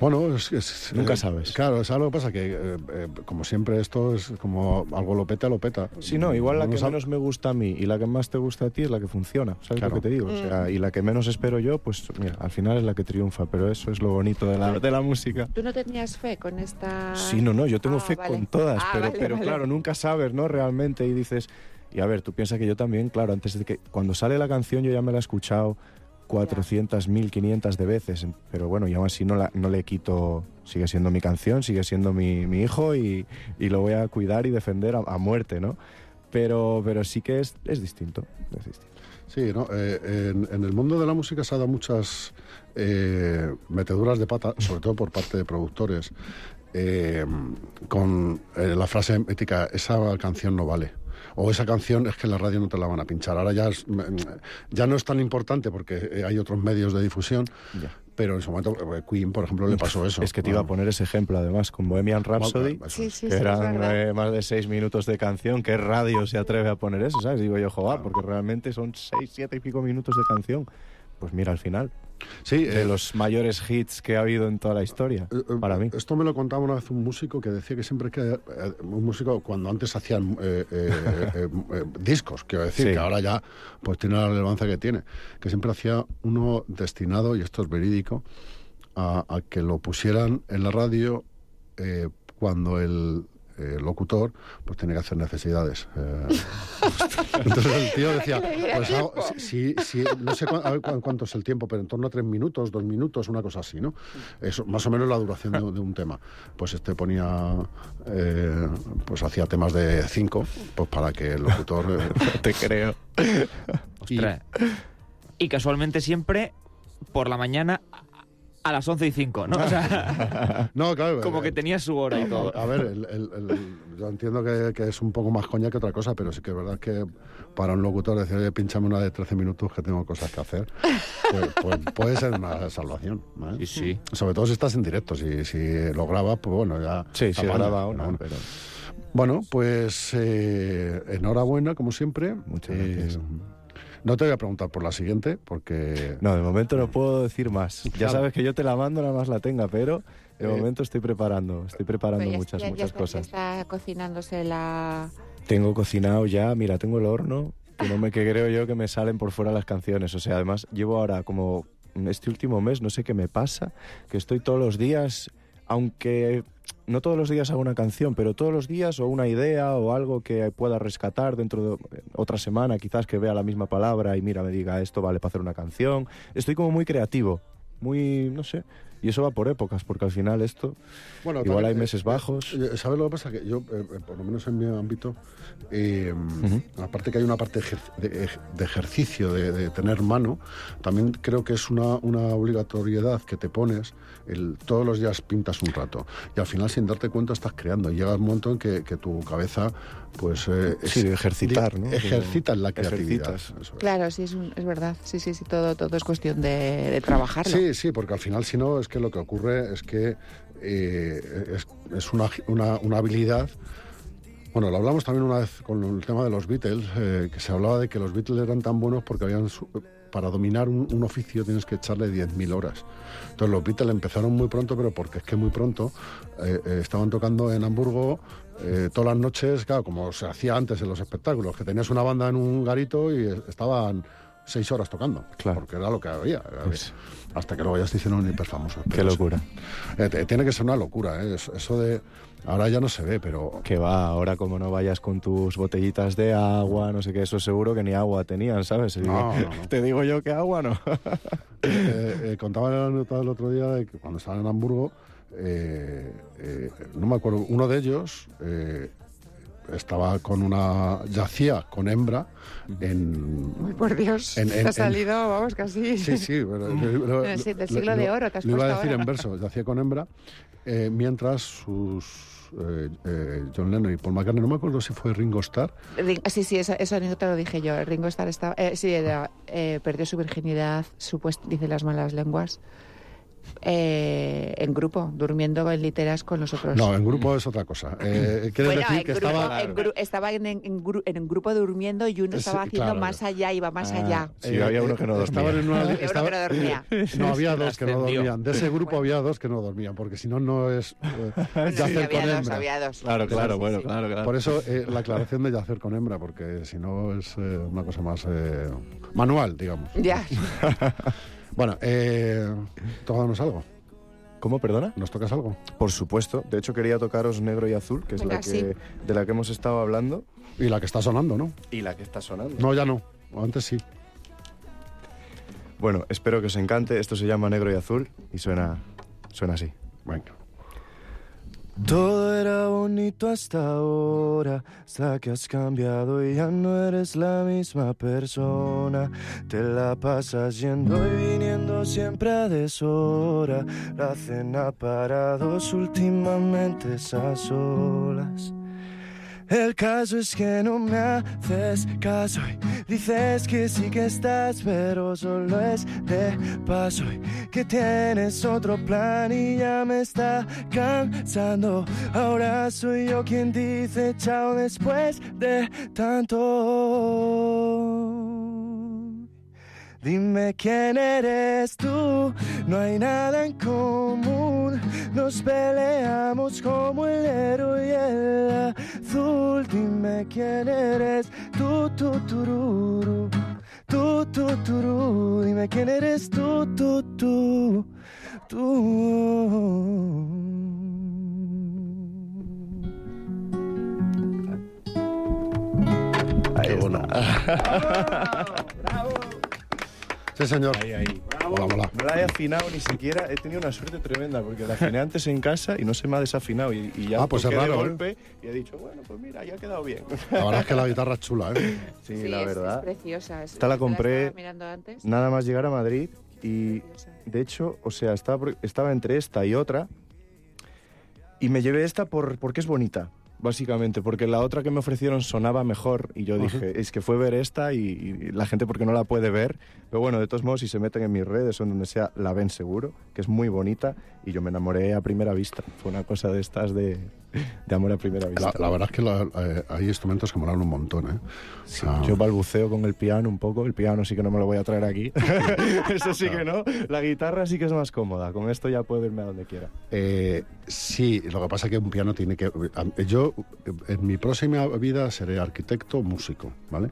[SPEAKER 2] Bueno, es, es-
[SPEAKER 5] Nunca
[SPEAKER 2] eh,
[SPEAKER 5] sabes.
[SPEAKER 2] Claro, ¿sabes lo que pasa? Que, eh, eh, como siempre, esto es como algo lo peta, lo peta.
[SPEAKER 5] Sí, no, igual la
[SPEAKER 2] No
[SPEAKER 5] que
[SPEAKER 2] sab-
[SPEAKER 5] menos me gusta a mí y la que más te gusta a ti es la que funciona, ¿sabes
[SPEAKER 2] Claro.
[SPEAKER 5] lo que te digo? O sea, y la que menos espero yo, pues mira, al final es la que triunfa, pero eso es lo bonito de la, de la música.
[SPEAKER 3] ¿Tú no tenías fe con esta...?
[SPEAKER 5] Sí, no, no, yo tengo
[SPEAKER 3] Ah,
[SPEAKER 5] fe
[SPEAKER 3] vale.
[SPEAKER 5] con todas,
[SPEAKER 3] Ah,
[SPEAKER 5] pero,
[SPEAKER 3] vale,
[SPEAKER 5] pero
[SPEAKER 3] vale.
[SPEAKER 5] claro, nunca sabes, ¿no? Realmente, y dices, y a ver, tú piensas que yo también, claro, antes de que, cuando sale la canción yo ya me la he escuchado 400, 1500 de veces, pero bueno, y aún así no, la, no le quito, sigue siendo mi canción, sigue siendo mi, mi hijo y, y lo voy a cuidar y defender a, a muerte, ¿no? Pero, pero sí que es, es distinto, es distinto.
[SPEAKER 2] Sí, ¿no? Eh, en, en el mundo de la música se han dado muchas eh, meteduras de pata, sobre todo por parte de productores, eh, con eh, la frase ética, esa canción no vale. O esa canción es que en la radio no te la van a pinchar. Ahora ya, es- mm, ya no es tan importante porque eh, hay otros medios de difusión,
[SPEAKER 5] Ya.
[SPEAKER 2] pero en su momento eh, Queen, por ejemplo, le pasó eso.
[SPEAKER 5] Es que te iba a poner ese ejemplo, además, con Bohemian Rhapsody.
[SPEAKER 2] Bueno, eso
[SPEAKER 3] Sí,
[SPEAKER 2] es.
[SPEAKER 3] sí, sí,
[SPEAKER 5] que
[SPEAKER 3] es
[SPEAKER 5] eran
[SPEAKER 3] verdad.
[SPEAKER 5] eh, más de seis minutos de canción. ¿Qué radio se atreve a poner eso? ¿Sabes? Digo yo, joder, porque realmente son seis, siete y pico minutos de canción. Pues mira, al final,
[SPEAKER 2] Sí,
[SPEAKER 5] de
[SPEAKER 2] eh,
[SPEAKER 5] los mayores hits que ha habido en toda la historia,
[SPEAKER 2] Eh, eh,
[SPEAKER 5] para mí.
[SPEAKER 2] Esto me lo contaba una vez un músico que decía que siempre que. eh, un músico, cuando antes hacían eh, [LAUGHS] eh, eh, eh, discos, quiero decir,
[SPEAKER 5] Sí.
[SPEAKER 2] que ahora ya pues tiene la relevancia que tiene, que siempre hacía uno destinado, y esto es verídico, a, a que lo pusieran en la radio eh, cuando el. eh, locutor, pues tenía que hacer necesidades.
[SPEAKER 3] [LAUGHS]
[SPEAKER 2] eh. Entonces el tío decía,
[SPEAKER 3] que le diera
[SPEAKER 2] pues hago-
[SPEAKER 3] tiempo.
[SPEAKER 2] si- si- no sé cuán- a ver cuán- cuánto es el tiempo, pero en torno a tres minutos, dos minutos, una cosa así, ¿no? Eso, más o menos la duración de, de un tema. Pues este ponía, eh, pues hacía temas de cinco, pues para que el locutor...
[SPEAKER 4] [LAUGHS]
[SPEAKER 2] eh,
[SPEAKER 5] [LAUGHS] Te creo.
[SPEAKER 2] y-
[SPEAKER 4] Ostras. Y, casualmente siempre por la mañana a- a las 11 y 5, ¿no?
[SPEAKER 2] [LAUGHS]
[SPEAKER 4] O sea,
[SPEAKER 2] no, claro.
[SPEAKER 4] como
[SPEAKER 2] eh,
[SPEAKER 4] que tenía su hora y todo.
[SPEAKER 2] A ver, el- el- el- yo entiendo que, que es un poco más coña que otra cosa, pero sí que es verdad que para un locutor decir, oye, pinchame una de 13 minutos que tengo cosas que hacer, pues, pues puede ser una salvación. ¿vale?
[SPEAKER 4] Sí, sí.
[SPEAKER 2] Sobre todo si estás en directo, si, si lo grabas, pues bueno, ya...
[SPEAKER 5] Sí, sí,
[SPEAKER 2] apaña,
[SPEAKER 5] graba
[SPEAKER 2] pero
[SPEAKER 5] una,
[SPEAKER 2] bueno.
[SPEAKER 5] pero
[SPEAKER 2] Bueno, pues eh, enhorabuena, como siempre.
[SPEAKER 5] Muchas
[SPEAKER 2] Eh,
[SPEAKER 5] gracias.
[SPEAKER 2] no te voy a preguntar por la siguiente, porque...
[SPEAKER 5] No, de momento no puedo decir más. Ya
[SPEAKER 2] Claro.
[SPEAKER 5] sabes que yo te la mando, nada más la tenga, pero de
[SPEAKER 2] Eh,
[SPEAKER 5] momento estoy preparando, estoy preparando
[SPEAKER 3] Pero ya-
[SPEAKER 5] muchas,
[SPEAKER 3] ya- ya
[SPEAKER 5] muchas
[SPEAKER 3] está-
[SPEAKER 5] cosas.
[SPEAKER 3] Ya está cocinándose la...
[SPEAKER 5] Tengo cocinado ya, mira, tengo el horno, que no me que creo yo que me salen por fuera las canciones. O sea, además llevo ahora como este último mes, no sé qué me pasa, que estoy todos los días, aunque no todos los días hago una canción, pero todos los días o una idea o algo que pueda rescatar dentro de otra semana, quizás que vea la misma palabra y mira, me diga esto vale para hacer una canción. Estoy como muy creativo, muy, no sé. Y eso va por épocas, porque al final esto,
[SPEAKER 2] Bueno,
[SPEAKER 5] Igual hay
[SPEAKER 2] eh,
[SPEAKER 5] meses
[SPEAKER 2] eh,
[SPEAKER 5] bajos.
[SPEAKER 2] eh, ¿Sabes lo que pasa? Que yo, eh, eh, por lo menos en mi ámbito, eh, aparte que hay una parte ejer- de, ej- de ejercicio, de, de tener mano, también creo que es una, una obligatoriedad que te pones. El, todos los días pintas un rato y al final, sin darte cuenta, estás creando. Y llega un momento en que, que tu cabeza, pues. eh,
[SPEAKER 5] Sí, de ejercitar,
[SPEAKER 2] de-
[SPEAKER 5] ¿no?
[SPEAKER 2] Ejercitas la
[SPEAKER 5] Ejercitas.
[SPEAKER 2] creatividad. eso es.
[SPEAKER 3] Claro, sí, es, un- es verdad. Sí, sí, sí, todo, todo es cuestión de, de trabajarlo.
[SPEAKER 2] Sí, sí, porque al final si no es que lo que ocurre es que eh, es, es una, una- una habilidad. Bueno, lo hablamos también una vez con el tema de los Beatles, eh, que se hablaba de que los Beatles eran tan buenos porque habían su- para dominar un, un oficio tienes que echarle 10.000 horas. Entonces los Beatles empezaron muy pronto, pero porque es que muy pronto eh, eh, estaban tocando en Hamburgo eh, todas las noches, claro, como se hacía antes en los espectáculos, que tenías una banda en un garito y eh, estaban seis horas tocando,
[SPEAKER 5] Claro.
[SPEAKER 2] porque era lo que había. Era-
[SPEAKER 5] Pues-
[SPEAKER 2] hasta que luego ya se hicieron hiperfamosos.
[SPEAKER 5] qué locura.
[SPEAKER 2] Eh, te- tiene que ser una locura, ¿eh? Eso- Eso de... Ahora ya no se ve, pero...
[SPEAKER 5] Que va, ahora como no vayas con tus botellitas de agua, no sé qué, eso seguro que ni agua tenían, ¿sabes? Y
[SPEAKER 2] No, no, no.
[SPEAKER 5] [LAUGHS] Te digo yo que agua no.
[SPEAKER 2] Eh, eh, contaba la anécdota el otro día de que cuando estaban en Hamburgo, eh, eh, no me acuerdo, uno de ellos eh, estaba con una... yacía con hembra en...
[SPEAKER 3] Uy, por Dios,
[SPEAKER 2] En- en-
[SPEAKER 3] [LAUGHS] ha salido, vamos, casi.
[SPEAKER 2] Sí,
[SPEAKER 3] [LAUGHS]
[SPEAKER 2] sí. pero- lo- lo-
[SPEAKER 3] Eh, sí, del
[SPEAKER 2] lo-
[SPEAKER 3] siglo
[SPEAKER 2] lo-
[SPEAKER 3] de oro, te has
[SPEAKER 2] Lo iba a
[SPEAKER 3] puesto
[SPEAKER 2] decir
[SPEAKER 3] ahora.
[SPEAKER 2] en verso, yacía con hembra, eh, mientras sus... eh, eh, John Lennon y Paul McCartney, no me acuerdo si fue Ringo Starr,
[SPEAKER 3] Ring- Sí, sí, eso, eso anécdota lo dije yo. Ringo Starr estaba, eh, sí, era, eh, perdió su virginidad, supuest- dicen las malas lenguas, eh, en grupo, durmiendo en literas con los otros.
[SPEAKER 2] No, en grupo es otra cosa. Eh, quiere
[SPEAKER 3] Pues Bueno,
[SPEAKER 2] decir
[SPEAKER 3] en
[SPEAKER 2] que
[SPEAKER 3] grupo,
[SPEAKER 2] estaba.
[SPEAKER 3] en gru- estaba en, en- en gru- en un grupo durmiendo y uno
[SPEAKER 5] Eh,
[SPEAKER 2] Sí,
[SPEAKER 3] estaba haciendo
[SPEAKER 2] claro.
[SPEAKER 3] más allá, iba
[SPEAKER 5] Ah,
[SPEAKER 3] más allá.
[SPEAKER 5] [LAUGHS] Sí, había uno que no dormía.
[SPEAKER 2] Estaban en una,
[SPEAKER 3] Había uno que
[SPEAKER 2] eh, estaba-
[SPEAKER 3] no dormía.
[SPEAKER 2] No, había dos que no
[SPEAKER 4] Trascendió.
[SPEAKER 2] dormían. De ese grupo había dos que no dormían, porque si no, no es. eh,
[SPEAKER 3] Bueno, [LAUGHS] sí,
[SPEAKER 2] yacer con
[SPEAKER 3] había dos,
[SPEAKER 2] hembra.
[SPEAKER 3] había dos. Sí, sí, sí.
[SPEAKER 5] claro, claro.
[SPEAKER 2] Por eso eh, la aclaración de yacer con hembra, porque si no es eh, una cosa más eh, manual, digamos.
[SPEAKER 3] Ya,
[SPEAKER 2] Bueno, eh, tócanos algo.
[SPEAKER 5] ¿Cómo, perdona?
[SPEAKER 2] ¿Nos tocas algo?
[SPEAKER 5] Por supuesto. De hecho, quería tocaros Negro y Azul, que es
[SPEAKER 3] Venga,
[SPEAKER 5] la que,
[SPEAKER 3] sí.
[SPEAKER 5] de la que hemos estado hablando.
[SPEAKER 2] Y la que está sonando, ¿no?
[SPEAKER 5] Y la que está sonando.
[SPEAKER 2] No, ya no. Antes sí.
[SPEAKER 5] Bueno, espero que os encante. Esto se llama Negro y Azul y suena, suena así.
[SPEAKER 2] Venga.
[SPEAKER 5] Todo era bonito hasta ahora, hasta que has cambiado y ya no eres la misma persona. Te la pasas yendo y viniendo siempre a deshora. La cena para dos últimamente esas olas. El caso es que no me haces caso y dices que sí que estás, pero solo es de paso y que tienes otro plan y ya me está cansando. Ahora soy yo quien dice chao después de tanto. Dime quién eres tú, no hay nada en común. Nos peleamos como el héroe y el azul. Dime quién eres tú, tú, tururu. Tú, tú, turú. Dime quién eres tú, tú, tú, tú.
[SPEAKER 2] Qué bueno. Sí, señor. Mola, mola.
[SPEAKER 5] No la he afinado ni siquiera. He tenido una suerte tremenda porque la afiné antes en casa y no se me ha desafinado. Y, y ya
[SPEAKER 2] Ah, pues
[SPEAKER 5] toqué
[SPEAKER 2] es
[SPEAKER 5] de
[SPEAKER 2] raro, ¿eh?
[SPEAKER 5] golpe y he dicho, bueno, pues mira, ya ha quedado bien.
[SPEAKER 2] La verdad es que la guitarra es chula, ¿eh?
[SPEAKER 5] Sí,
[SPEAKER 3] Sí,
[SPEAKER 5] [LAUGHS] la
[SPEAKER 3] es-
[SPEAKER 5] verdad.
[SPEAKER 3] Es, preciosa. es-
[SPEAKER 5] Esta la
[SPEAKER 3] yo
[SPEAKER 5] compré- Mm.
[SPEAKER 3] estaba mirando antes.
[SPEAKER 5] Nada más llegar a Madrid y de hecho, o sea, estaba, por- estaba entre esta y otra y me llevé esta por, porque es bonita. Básicamente, porque la otra que me ofrecieron sonaba mejor y yo
[SPEAKER 2] Ajá.
[SPEAKER 5] dije, es que fue ver esta y, y la gente porque no la puede ver, pero bueno, de todos modos si se meten en mis redes o en donde sea, la ven seguro, que es muy bonita y yo me enamoré a primera vista. Fue una cosa de estas de, de amor a primera
[SPEAKER 2] La,
[SPEAKER 5] vista.
[SPEAKER 2] la verdad es que la- eh, hay instrumentos que molan un montón, ¿eh?
[SPEAKER 5] Sí,
[SPEAKER 2] Ah.
[SPEAKER 5] Yo balbuceo con el piano un poco. El piano sí que no me lo voy a traer aquí. [LAUGHS] Eso sí que no. La guitarra sí que es más cómoda. Con esto ya puedo irme a donde quiera.
[SPEAKER 2] Eh, sí, lo que pasa es que un piano tiene que... a- Yo eh, en mi próxima vida seré arquitecto o músico, ¿vale?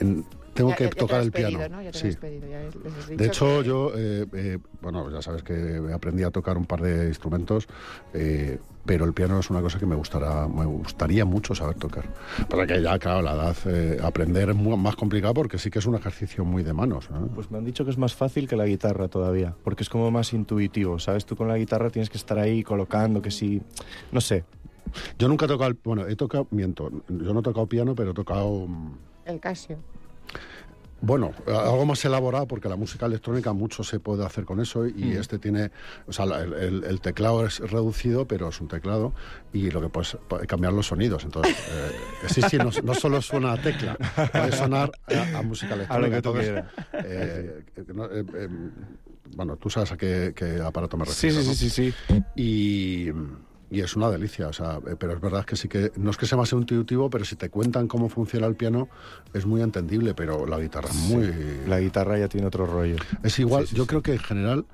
[SPEAKER 2] En- Tengo
[SPEAKER 3] Ya-
[SPEAKER 2] que
[SPEAKER 3] ya- ya te
[SPEAKER 2] tocar
[SPEAKER 3] lo has
[SPEAKER 2] el piano.
[SPEAKER 3] pedido, ¿no? Ya te lo
[SPEAKER 2] sí.
[SPEAKER 3] has pedido, ya les- les has
[SPEAKER 2] De
[SPEAKER 3] dicho
[SPEAKER 2] hecho,
[SPEAKER 3] que-
[SPEAKER 2] yo, eh, eh, bueno, ya sabes que aprendí a tocar un par de instrumentos, eh, pero el piano es una cosa que me gustará, me gustaría mucho saber tocar. Para que ya, claro, la edad, eh, aprender es mu- más complicado porque sí que es un ejercicio muy de manos. ¿no?
[SPEAKER 5] Pues me han dicho que es más fácil que la guitarra todavía. Porque es como más intuitivo. ¿Sabes? Tú con la guitarra tienes que estar ahí colocando, que sí. No sé.
[SPEAKER 2] Yo nunca he tocado, el- bueno, he tocado, miento, yo no he tocado piano, pero he tocado, mm,
[SPEAKER 3] El Casio.
[SPEAKER 2] bueno, algo más elaborado porque la música electrónica mucho se puede hacer con eso
[SPEAKER 5] Mm.
[SPEAKER 2] y este tiene, o sea, la- el, el- el teclado es reducido, pero es un teclado y lo que puedes pa- cambiar los sonidos. Entonces, eh, sí, sí, no, no solo suena a tecla, puede sonar a, a música electrónica.
[SPEAKER 5] que tú
[SPEAKER 2] Entonces, eh, eh, no, eh, eh, bueno, tú sabes a qué, qué aparato me
[SPEAKER 5] Sí,
[SPEAKER 2] refiero.
[SPEAKER 5] sí,
[SPEAKER 2] ¿no?
[SPEAKER 5] sí, sí. sí.
[SPEAKER 2] y, y es una delicia, o sea, eh, pero es verdad que sí que, no es que sea más intuitivo, pero si te cuentan cómo funciona el piano, es muy entendible, pero la guitarra es muy...
[SPEAKER 5] La guitarra ya tiene otro rollo.
[SPEAKER 2] Es igual,
[SPEAKER 5] Sí, sí,
[SPEAKER 2] yo
[SPEAKER 5] sí.
[SPEAKER 2] creo que en general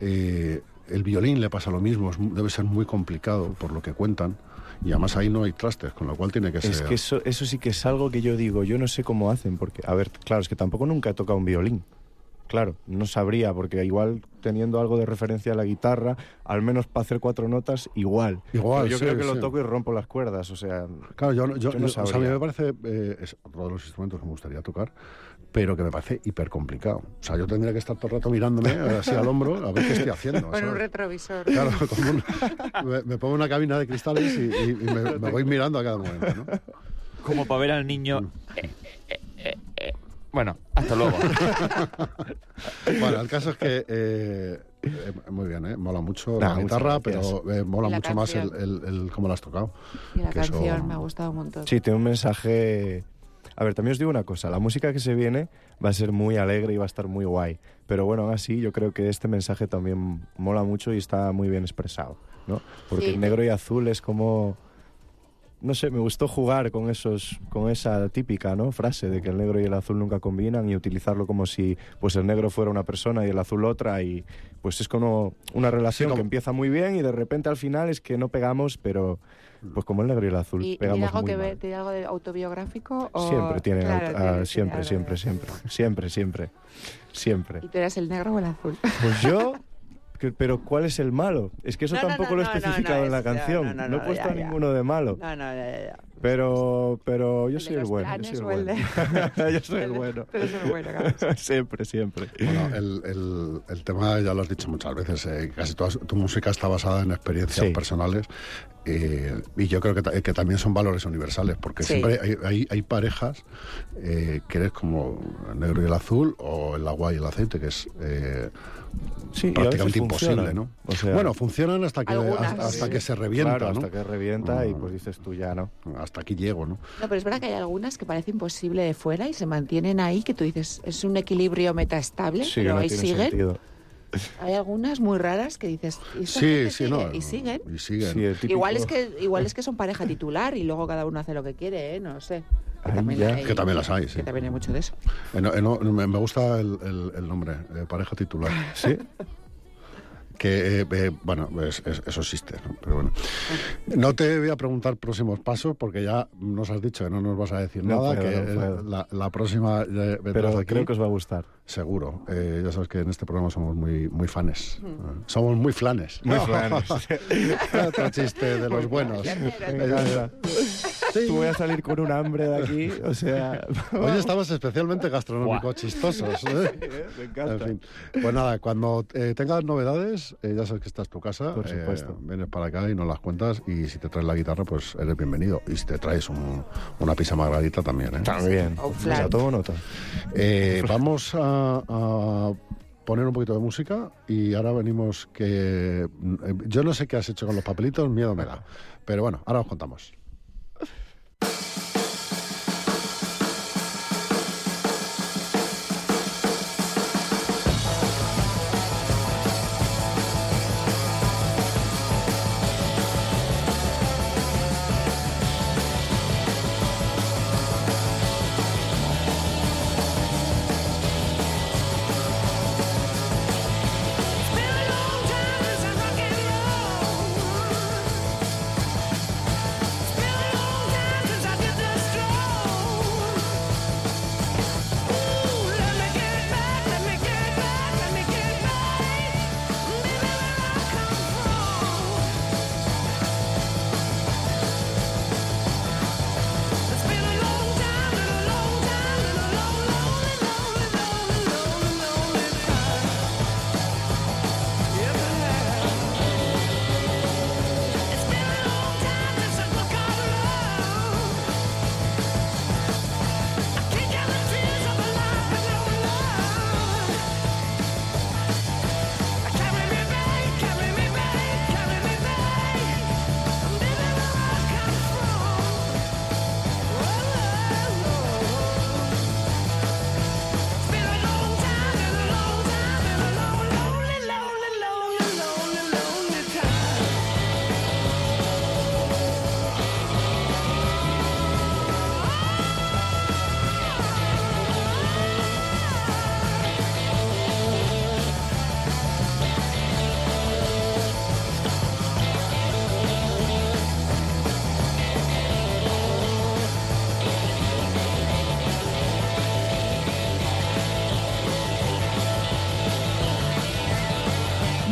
[SPEAKER 2] eh, el violín le pasa lo mismo, es mu- debe ser muy complicado por lo que cuentan, y además ahí no hay trastes, con lo cual tiene que ser...
[SPEAKER 5] Es que eso, eso sí que es algo que yo digo, yo no sé cómo hacen, porque, a ver, claro, es que tampoco nunca he tocado un violín. Claro, no sabría, porque igual teniendo algo de referencia a la guitarra, al menos para hacer cuatro notas, igual.
[SPEAKER 2] Igual,
[SPEAKER 5] Pero yo
[SPEAKER 2] sí,
[SPEAKER 5] creo que
[SPEAKER 2] sí.
[SPEAKER 5] lo toco y rompo las cuerdas, o sea,
[SPEAKER 2] Claro, yo, no- yo,
[SPEAKER 5] Yo no
[SPEAKER 2] o sea, a mí
[SPEAKER 5] sabría.
[SPEAKER 2] me parece, eh, es otro de los instrumentos que me gustaría tocar, pero que me parece hiper complicado. O sea, yo tendría que estar todo el rato mirándome eh, así al hombro a ver qué estoy haciendo.
[SPEAKER 3] Con un
[SPEAKER 2] ¿sabes?
[SPEAKER 3] retrovisor.
[SPEAKER 2] Claro, [LAUGHS] como un- me, me pongo una cabina de cristales y, y- y me, me voy mirando a cada momento, ¿no?
[SPEAKER 4] Como para ver al niño. eh, eh, eh, eh. Bueno, hasta [LAUGHS] luego.
[SPEAKER 2] Bueno, el caso es que... eh, eh, muy bien, ¿eh? mola mucho
[SPEAKER 5] Nah,
[SPEAKER 2] la
[SPEAKER 5] muchas
[SPEAKER 2] guitarra,
[SPEAKER 5] gracias.
[SPEAKER 2] pero eh, mola
[SPEAKER 3] Y la
[SPEAKER 2] mucho más el,
[SPEAKER 3] canción.
[SPEAKER 2] el- el cómo la has tocado.
[SPEAKER 3] Y la
[SPEAKER 2] que eso-
[SPEAKER 3] canción me ha gustado un montón.
[SPEAKER 5] sí, tiene un mensaje... A ver, también os digo una cosa, la música que se viene va a ser muy alegre y va a estar muy guay, pero bueno, aún así yo creo que este mensaje también mola mucho y está muy bien expresado, ¿no? Porque
[SPEAKER 3] Sí.
[SPEAKER 5] el negro y azul es como... no sé, me gustó jugar con esos, con esa típica ¿no? frase de que el negro y el azul nunca combinan y utilizarlo como si pues el negro fuera una persona y el azul otra y pues es como una relación
[SPEAKER 2] como-
[SPEAKER 5] que empieza muy bien y de repente al final es que no pegamos, pero pues como el negro y el azul
[SPEAKER 3] ¿Y, y tiene
[SPEAKER 5] pegamos
[SPEAKER 3] algo
[SPEAKER 5] muy
[SPEAKER 3] que
[SPEAKER 5] mal.
[SPEAKER 3] ver, tiene algo de autobiográfico? O...
[SPEAKER 5] Siempre tienen,
[SPEAKER 3] Claro,
[SPEAKER 5] aut-
[SPEAKER 3] tiene-
[SPEAKER 5] ah,
[SPEAKER 3] tiene
[SPEAKER 5] siempre,
[SPEAKER 3] algo
[SPEAKER 5] siempre,
[SPEAKER 3] de-
[SPEAKER 5] siempre, siempre, siempre, siempre.
[SPEAKER 3] ¿Y tú eras el negro o el
[SPEAKER 5] [LAUGHS]
[SPEAKER 3] azul? [LAUGHS]
[SPEAKER 5] Pues yo, que- pero ¿cuál es el malo? Es que eso
[SPEAKER 3] No, no,
[SPEAKER 5] tampoco
[SPEAKER 3] no,
[SPEAKER 5] lo he
[SPEAKER 3] no, no,
[SPEAKER 5] especificado
[SPEAKER 3] no,
[SPEAKER 5] en la
[SPEAKER 3] es- no,
[SPEAKER 5] canción.
[SPEAKER 3] no,
[SPEAKER 5] No,
[SPEAKER 3] no,
[SPEAKER 5] he puesto
[SPEAKER 3] ya,
[SPEAKER 5] a
[SPEAKER 3] ya.
[SPEAKER 5] ninguno de malo.
[SPEAKER 3] No, no, ya, ya, ya.
[SPEAKER 5] Pero, pero yo
[SPEAKER 3] El de
[SPEAKER 5] soy el
[SPEAKER 3] los
[SPEAKER 5] bueno. Yo
[SPEAKER 3] planes
[SPEAKER 5] soy el
[SPEAKER 3] o el
[SPEAKER 5] bueno. [LAUGHS] yo soy el bueno.
[SPEAKER 3] Pero es muy bueno, claro.
[SPEAKER 5] [LAUGHS] siempre, siempre.
[SPEAKER 2] Bueno, el, el- el tema ya lo has dicho muchas veces, eh, casi toda tu música está basada en experiencias
[SPEAKER 5] Sí.
[SPEAKER 2] personales eh, y yo creo que, ta- que también son valores universales, porque
[SPEAKER 3] Sí.
[SPEAKER 2] siempre hay, hay- hay parejas eh, que eres como el negro y el azul o el agua y el aceite, que es eh,
[SPEAKER 5] Sí, y a veces
[SPEAKER 2] prácticamente imposible,
[SPEAKER 5] funcionan.
[SPEAKER 2] ¿no?
[SPEAKER 5] O sea,
[SPEAKER 2] bueno, funcionan hasta que,
[SPEAKER 3] Algunas,
[SPEAKER 2] hasta, hasta
[SPEAKER 3] sí.
[SPEAKER 2] que se revienta,
[SPEAKER 5] Ah, claro,
[SPEAKER 2] ¿no?
[SPEAKER 5] hasta que revienta y
[SPEAKER 2] Mm.
[SPEAKER 5] pues dices tú ya, ¿no?
[SPEAKER 2] Hasta aquí llego, ¿no?
[SPEAKER 3] No, pero es verdad que hay algunas que parece imposible de fuera y se mantienen ahí, que tú dices, es un equilibrio metaestable,
[SPEAKER 5] que
[SPEAKER 3] pero
[SPEAKER 5] no
[SPEAKER 3] ahí
[SPEAKER 5] tiene
[SPEAKER 3] siguen.
[SPEAKER 5] sentido.
[SPEAKER 3] Hay algunas muy raras que dices, "¿Y esta
[SPEAKER 2] Sí,
[SPEAKER 3] gente
[SPEAKER 2] sí,
[SPEAKER 3] sigue?".
[SPEAKER 2] no.
[SPEAKER 3] Y siguen.
[SPEAKER 2] Y siguen.
[SPEAKER 5] Sí, el típico-
[SPEAKER 3] Igual es, que, igual es que son pareja titular y luego cada uno hace lo que quiere, ¿eh? No sé. Que
[SPEAKER 5] Ahí
[SPEAKER 3] también,
[SPEAKER 5] ya.
[SPEAKER 3] hay,
[SPEAKER 2] Que también las hay, sí.
[SPEAKER 3] que también hay mucho de eso.
[SPEAKER 2] Eh, no, eh, no, me me gusta el, el- el nombre, eh, pareja titular.
[SPEAKER 5] Sí,
[SPEAKER 2] [LAUGHS] Que, eh, eh, bueno, es- es- eso existe, ¿no? pero bueno. No te voy a preguntar próximos pasos porque ya nos has dicho que no nos vas a decir
[SPEAKER 5] No
[SPEAKER 2] nada,
[SPEAKER 5] puedo,
[SPEAKER 2] que
[SPEAKER 5] no
[SPEAKER 2] eh,
[SPEAKER 5] puedo.
[SPEAKER 2] la, la próxima eh, vendrás
[SPEAKER 5] pero
[SPEAKER 2] aquí,
[SPEAKER 5] creo que os va a gustar.
[SPEAKER 2] seguro. Eh, ya sabes que en este programa somos muy, muy fanes. Eh, Somos muy flanes.
[SPEAKER 5] Muy flanes.
[SPEAKER 2] [LAUGHS] Otro chiste de los buenos.
[SPEAKER 5] Me encanta. Tú voy a salir con un hambre de aquí, o
[SPEAKER 2] [LAUGHS]
[SPEAKER 5] sea...
[SPEAKER 2] Hoy estamos especialmente gastronómicos chistosos. ¿eh?
[SPEAKER 5] me
[SPEAKER 2] En fin. Pues nada, cuando eh, tengas novedades, eh, ya sabes que esta es tu casa.
[SPEAKER 5] Por
[SPEAKER 2] eh,
[SPEAKER 5] supuesto.
[SPEAKER 2] vienes para acá y nos las cuentas. Y si te traes la guitarra, pues eres bienvenido. Y si te traes un- una pizza margarita también. ¿eh?
[SPEAKER 5] También.
[SPEAKER 3] O
[SPEAKER 5] O sea,
[SPEAKER 3] flan.
[SPEAKER 5] todo nota.
[SPEAKER 2] Eh, vamos a, a poner un poquito de música y ahora venimos que... mm, Yo no sé qué has hecho con los papelitos, miedo me da. Pero bueno, ahora os contamos.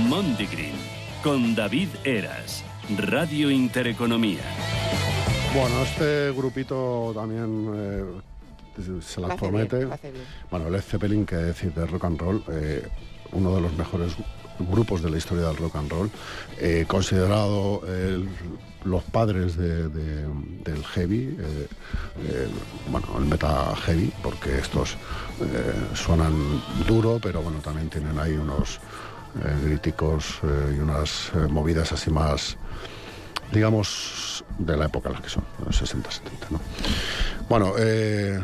[SPEAKER 1] Mondigreen con David Eras, Radio Intereconomía.
[SPEAKER 2] Bueno, este grupito también eh, se
[SPEAKER 3] Lo
[SPEAKER 2] las
[SPEAKER 3] hace bien,
[SPEAKER 2] promete.
[SPEAKER 3] lo hace bien.
[SPEAKER 2] Bueno, Led Zeppelin, que decir de rock and roll, eh, uno de los mejores grupos de la historia del rock and roll, eh, considerado el- los padres de- de- del heavy, eh, eh, bueno, el meta heavy, porque estos eh, suenan duro, pero bueno, también tienen ahí unos eh, críticos eh, y unas eh, movidas así más, digamos, de la época en la que son, los 60, 70, ¿no? Bueno, eh,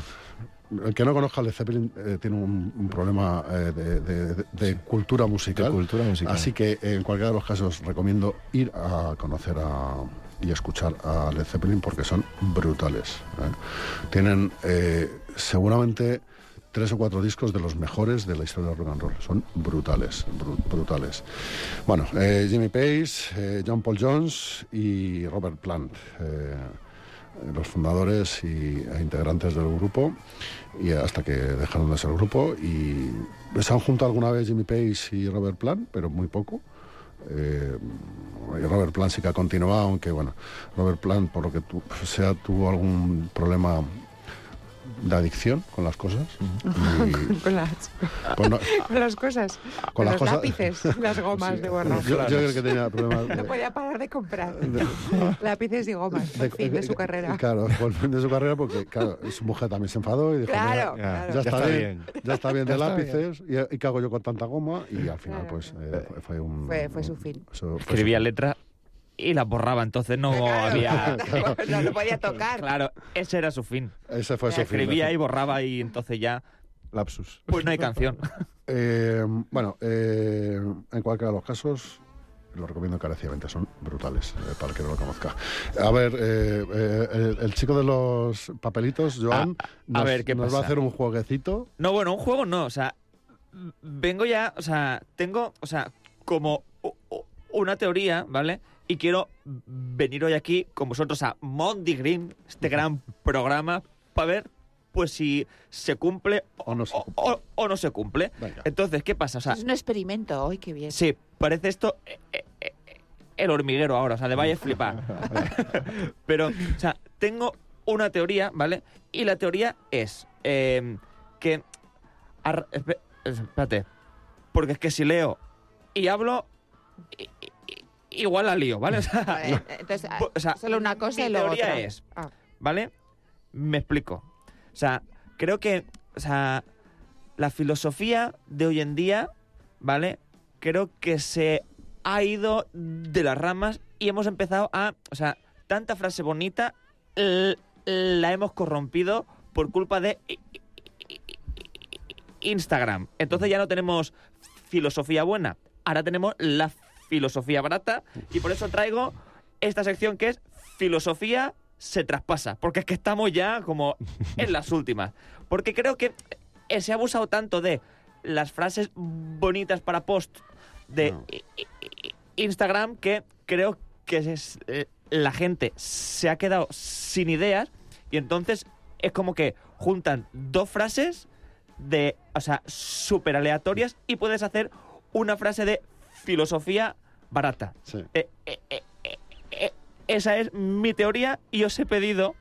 [SPEAKER 2] el que no conozca Led Zeppelin eh, tiene un, un problema eh, de, de- de- de cultura musical.
[SPEAKER 5] De cultura musical.
[SPEAKER 2] Así que eh, en cualquiera de los casos recomiendo ir a conocer a- y escuchar a Led Zeppelin porque son brutales. ¿eh? Tienen eh, seguramente tres o cuatro discos de los mejores de la historia del rock and roll. Son brutales, bru- brutales. Bueno, eh, Jimmy Page, eh, John Paul Jones y Robert Plant. eh, los fundadores y, e integrantes del grupo y hasta que dejaron de ser grupo y se han juntado alguna vez Jimmy Page y Robert Plant, pero muy poco Eh, Robert Plant sí que ha continuado, aunque bueno, Robert Plant, por lo que tu- sea, tuvo algún problema de adicción con las cosas. Y,
[SPEAKER 3] [LAUGHS] Con las,
[SPEAKER 2] pues,
[SPEAKER 3] [LAUGHS]
[SPEAKER 2] no,
[SPEAKER 3] con las cosas. Con,
[SPEAKER 2] Con las
[SPEAKER 3] los
[SPEAKER 2] cosas-
[SPEAKER 3] lápices, las gomas de borrar.
[SPEAKER 2] yo, yo creo que tenía problemas
[SPEAKER 3] [LAUGHS] No
[SPEAKER 2] de,
[SPEAKER 3] podía parar de
[SPEAKER 2] [LAUGHS]
[SPEAKER 3] comprar lápices y gomas,
[SPEAKER 2] de-
[SPEAKER 3] al fin de su
[SPEAKER 2] de-
[SPEAKER 3] carrera.
[SPEAKER 2] Claro, fue el fin de su carrera porque, claro, su mujer también se enfadó y dijo, "Mira,
[SPEAKER 3] Claro,
[SPEAKER 5] Ya,
[SPEAKER 2] ya
[SPEAKER 3] claro.
[SPEAKER 2] está,
[SPEAKER 5] está
[SPEAKER 2] bien, ya está bien de
[SPEAKER 5] Ya está
[SPEAKER 2] lápices y, y qué hago yo con tanta goma y al final
[SPEAKER 3] Claro.
[SPEAKER 2] pues eh, fue- fue un
[SPEAKER 3] Fue- fue su fin.
[SPEAKER 2] eso- fue su
[SPEAKER 4] Escribía
[SPEAKER 2] fin.
[SPEAKER 4] letras y las borraba, entonces no
[SPEAKER 3] Claro,
[SPEAKER 4] había...
[SPEAKER 3] claro, No lo podía tocar.
[SPEAKER 4] Claro, ese era su fin.
[SPEAKER 2] ese fue su fin,
[SPEAKER 4] Escribía y
[SPEAKER 2] ese-
[SPEAKER 4] borraba y entonces ya,
[SPEAKER 5] Lapsus.
[SPEAKER 4] pues no hay canción.
[SPEAKER 2] Eh, bueno eh, en cualquiera de los casos lo recomiendo encarecidamente, son brutales, eh, para el que no lo conozca. A ver, eh, eh, el, el chico de los papelitos, Joan,
[SPEAKER 4] a
[SPEAKER 2] nos,
[SPEAKER 4] ver, ¿qué
[SPEAKER 2] nos va a
[SPEAKER 4] pasa?
[SPEAKER 2] hacer un jueguecito.
[SPEAKER 4] No, bueno, un juego no, o sea, m- vengo ya, o sea, tengo, o sea, como u- u- una teoría, ¿vale? Y quiero venir hoy aquí con vosotros a Monty Green, este gran programa, para ver, pues si se cumple o,
[SPEAKER 2] O no se
[SPEAKER 4] o-
[SPEAKER 2] cumple.
[SPEAKER 4] o- o no se cumple.
[SPEAKER 2] Venga.
[SPEAKER 4] Entonces, ¿qué pasa? O sea,
[SPEAKER 3] Es un experimento, hoy qué Pues bien.
[SPEAKER 4] sí, parece esto eh, eh, eh, el hormiguero ahora, o sea, de vaya a flipar. Pero, o sea, tengo una teoría, ¿vale? Y la teoría es eh, que... ar- espe- espérate, porque es que si leo y hablo, i- i- i- igual la lío, ¿vale? O sea,
[SPEAKER 3] Eh, Entonces,
[SPEAKER 4] po- o sea,
[SPEAKER 3] solo una cosa
[SPEAKER 4] mi
[SPEAKER 3] y luego
[SPEAKER 4] teoría
[SPEAKER 3] otra.
[SPEAKER 4] es-
[SPEAKER 3] Ah,
[SPEAKER 4] ¿vale? Me explico. O sea, creo que, o sea, la filosofía de hoy en día, ¿vale? Creo que se ha ido de las ramas y hemos empezado a, o sea, tanta frase bonita l- la hemos corrompido por culpa de i- i- i- i- Instagram. Entonces ya no tenemos filosofía buena, ahora tenemos la filosofía barata y por eso traigo esta sección que es filosofía se traspasa, porque es que estamos ya como en las últimas. Porque creo que eh, se ha abusado tanto de las frases bonitas para post de
[SPEAKER 2] No.
[SPEAKER 4] i- i- i- Instagram que creo que es- eh, la gente se ha quedado sin ideas y entonces es como que juntan dos frases de, o sea, súper aleatorias y puedes hacer una frase de filosofía barata.
[SPEAKER 2] Sí.
[SPEAKER 4] Eh, eh, eh, eh, eh, esa es mi teoría y os he pedido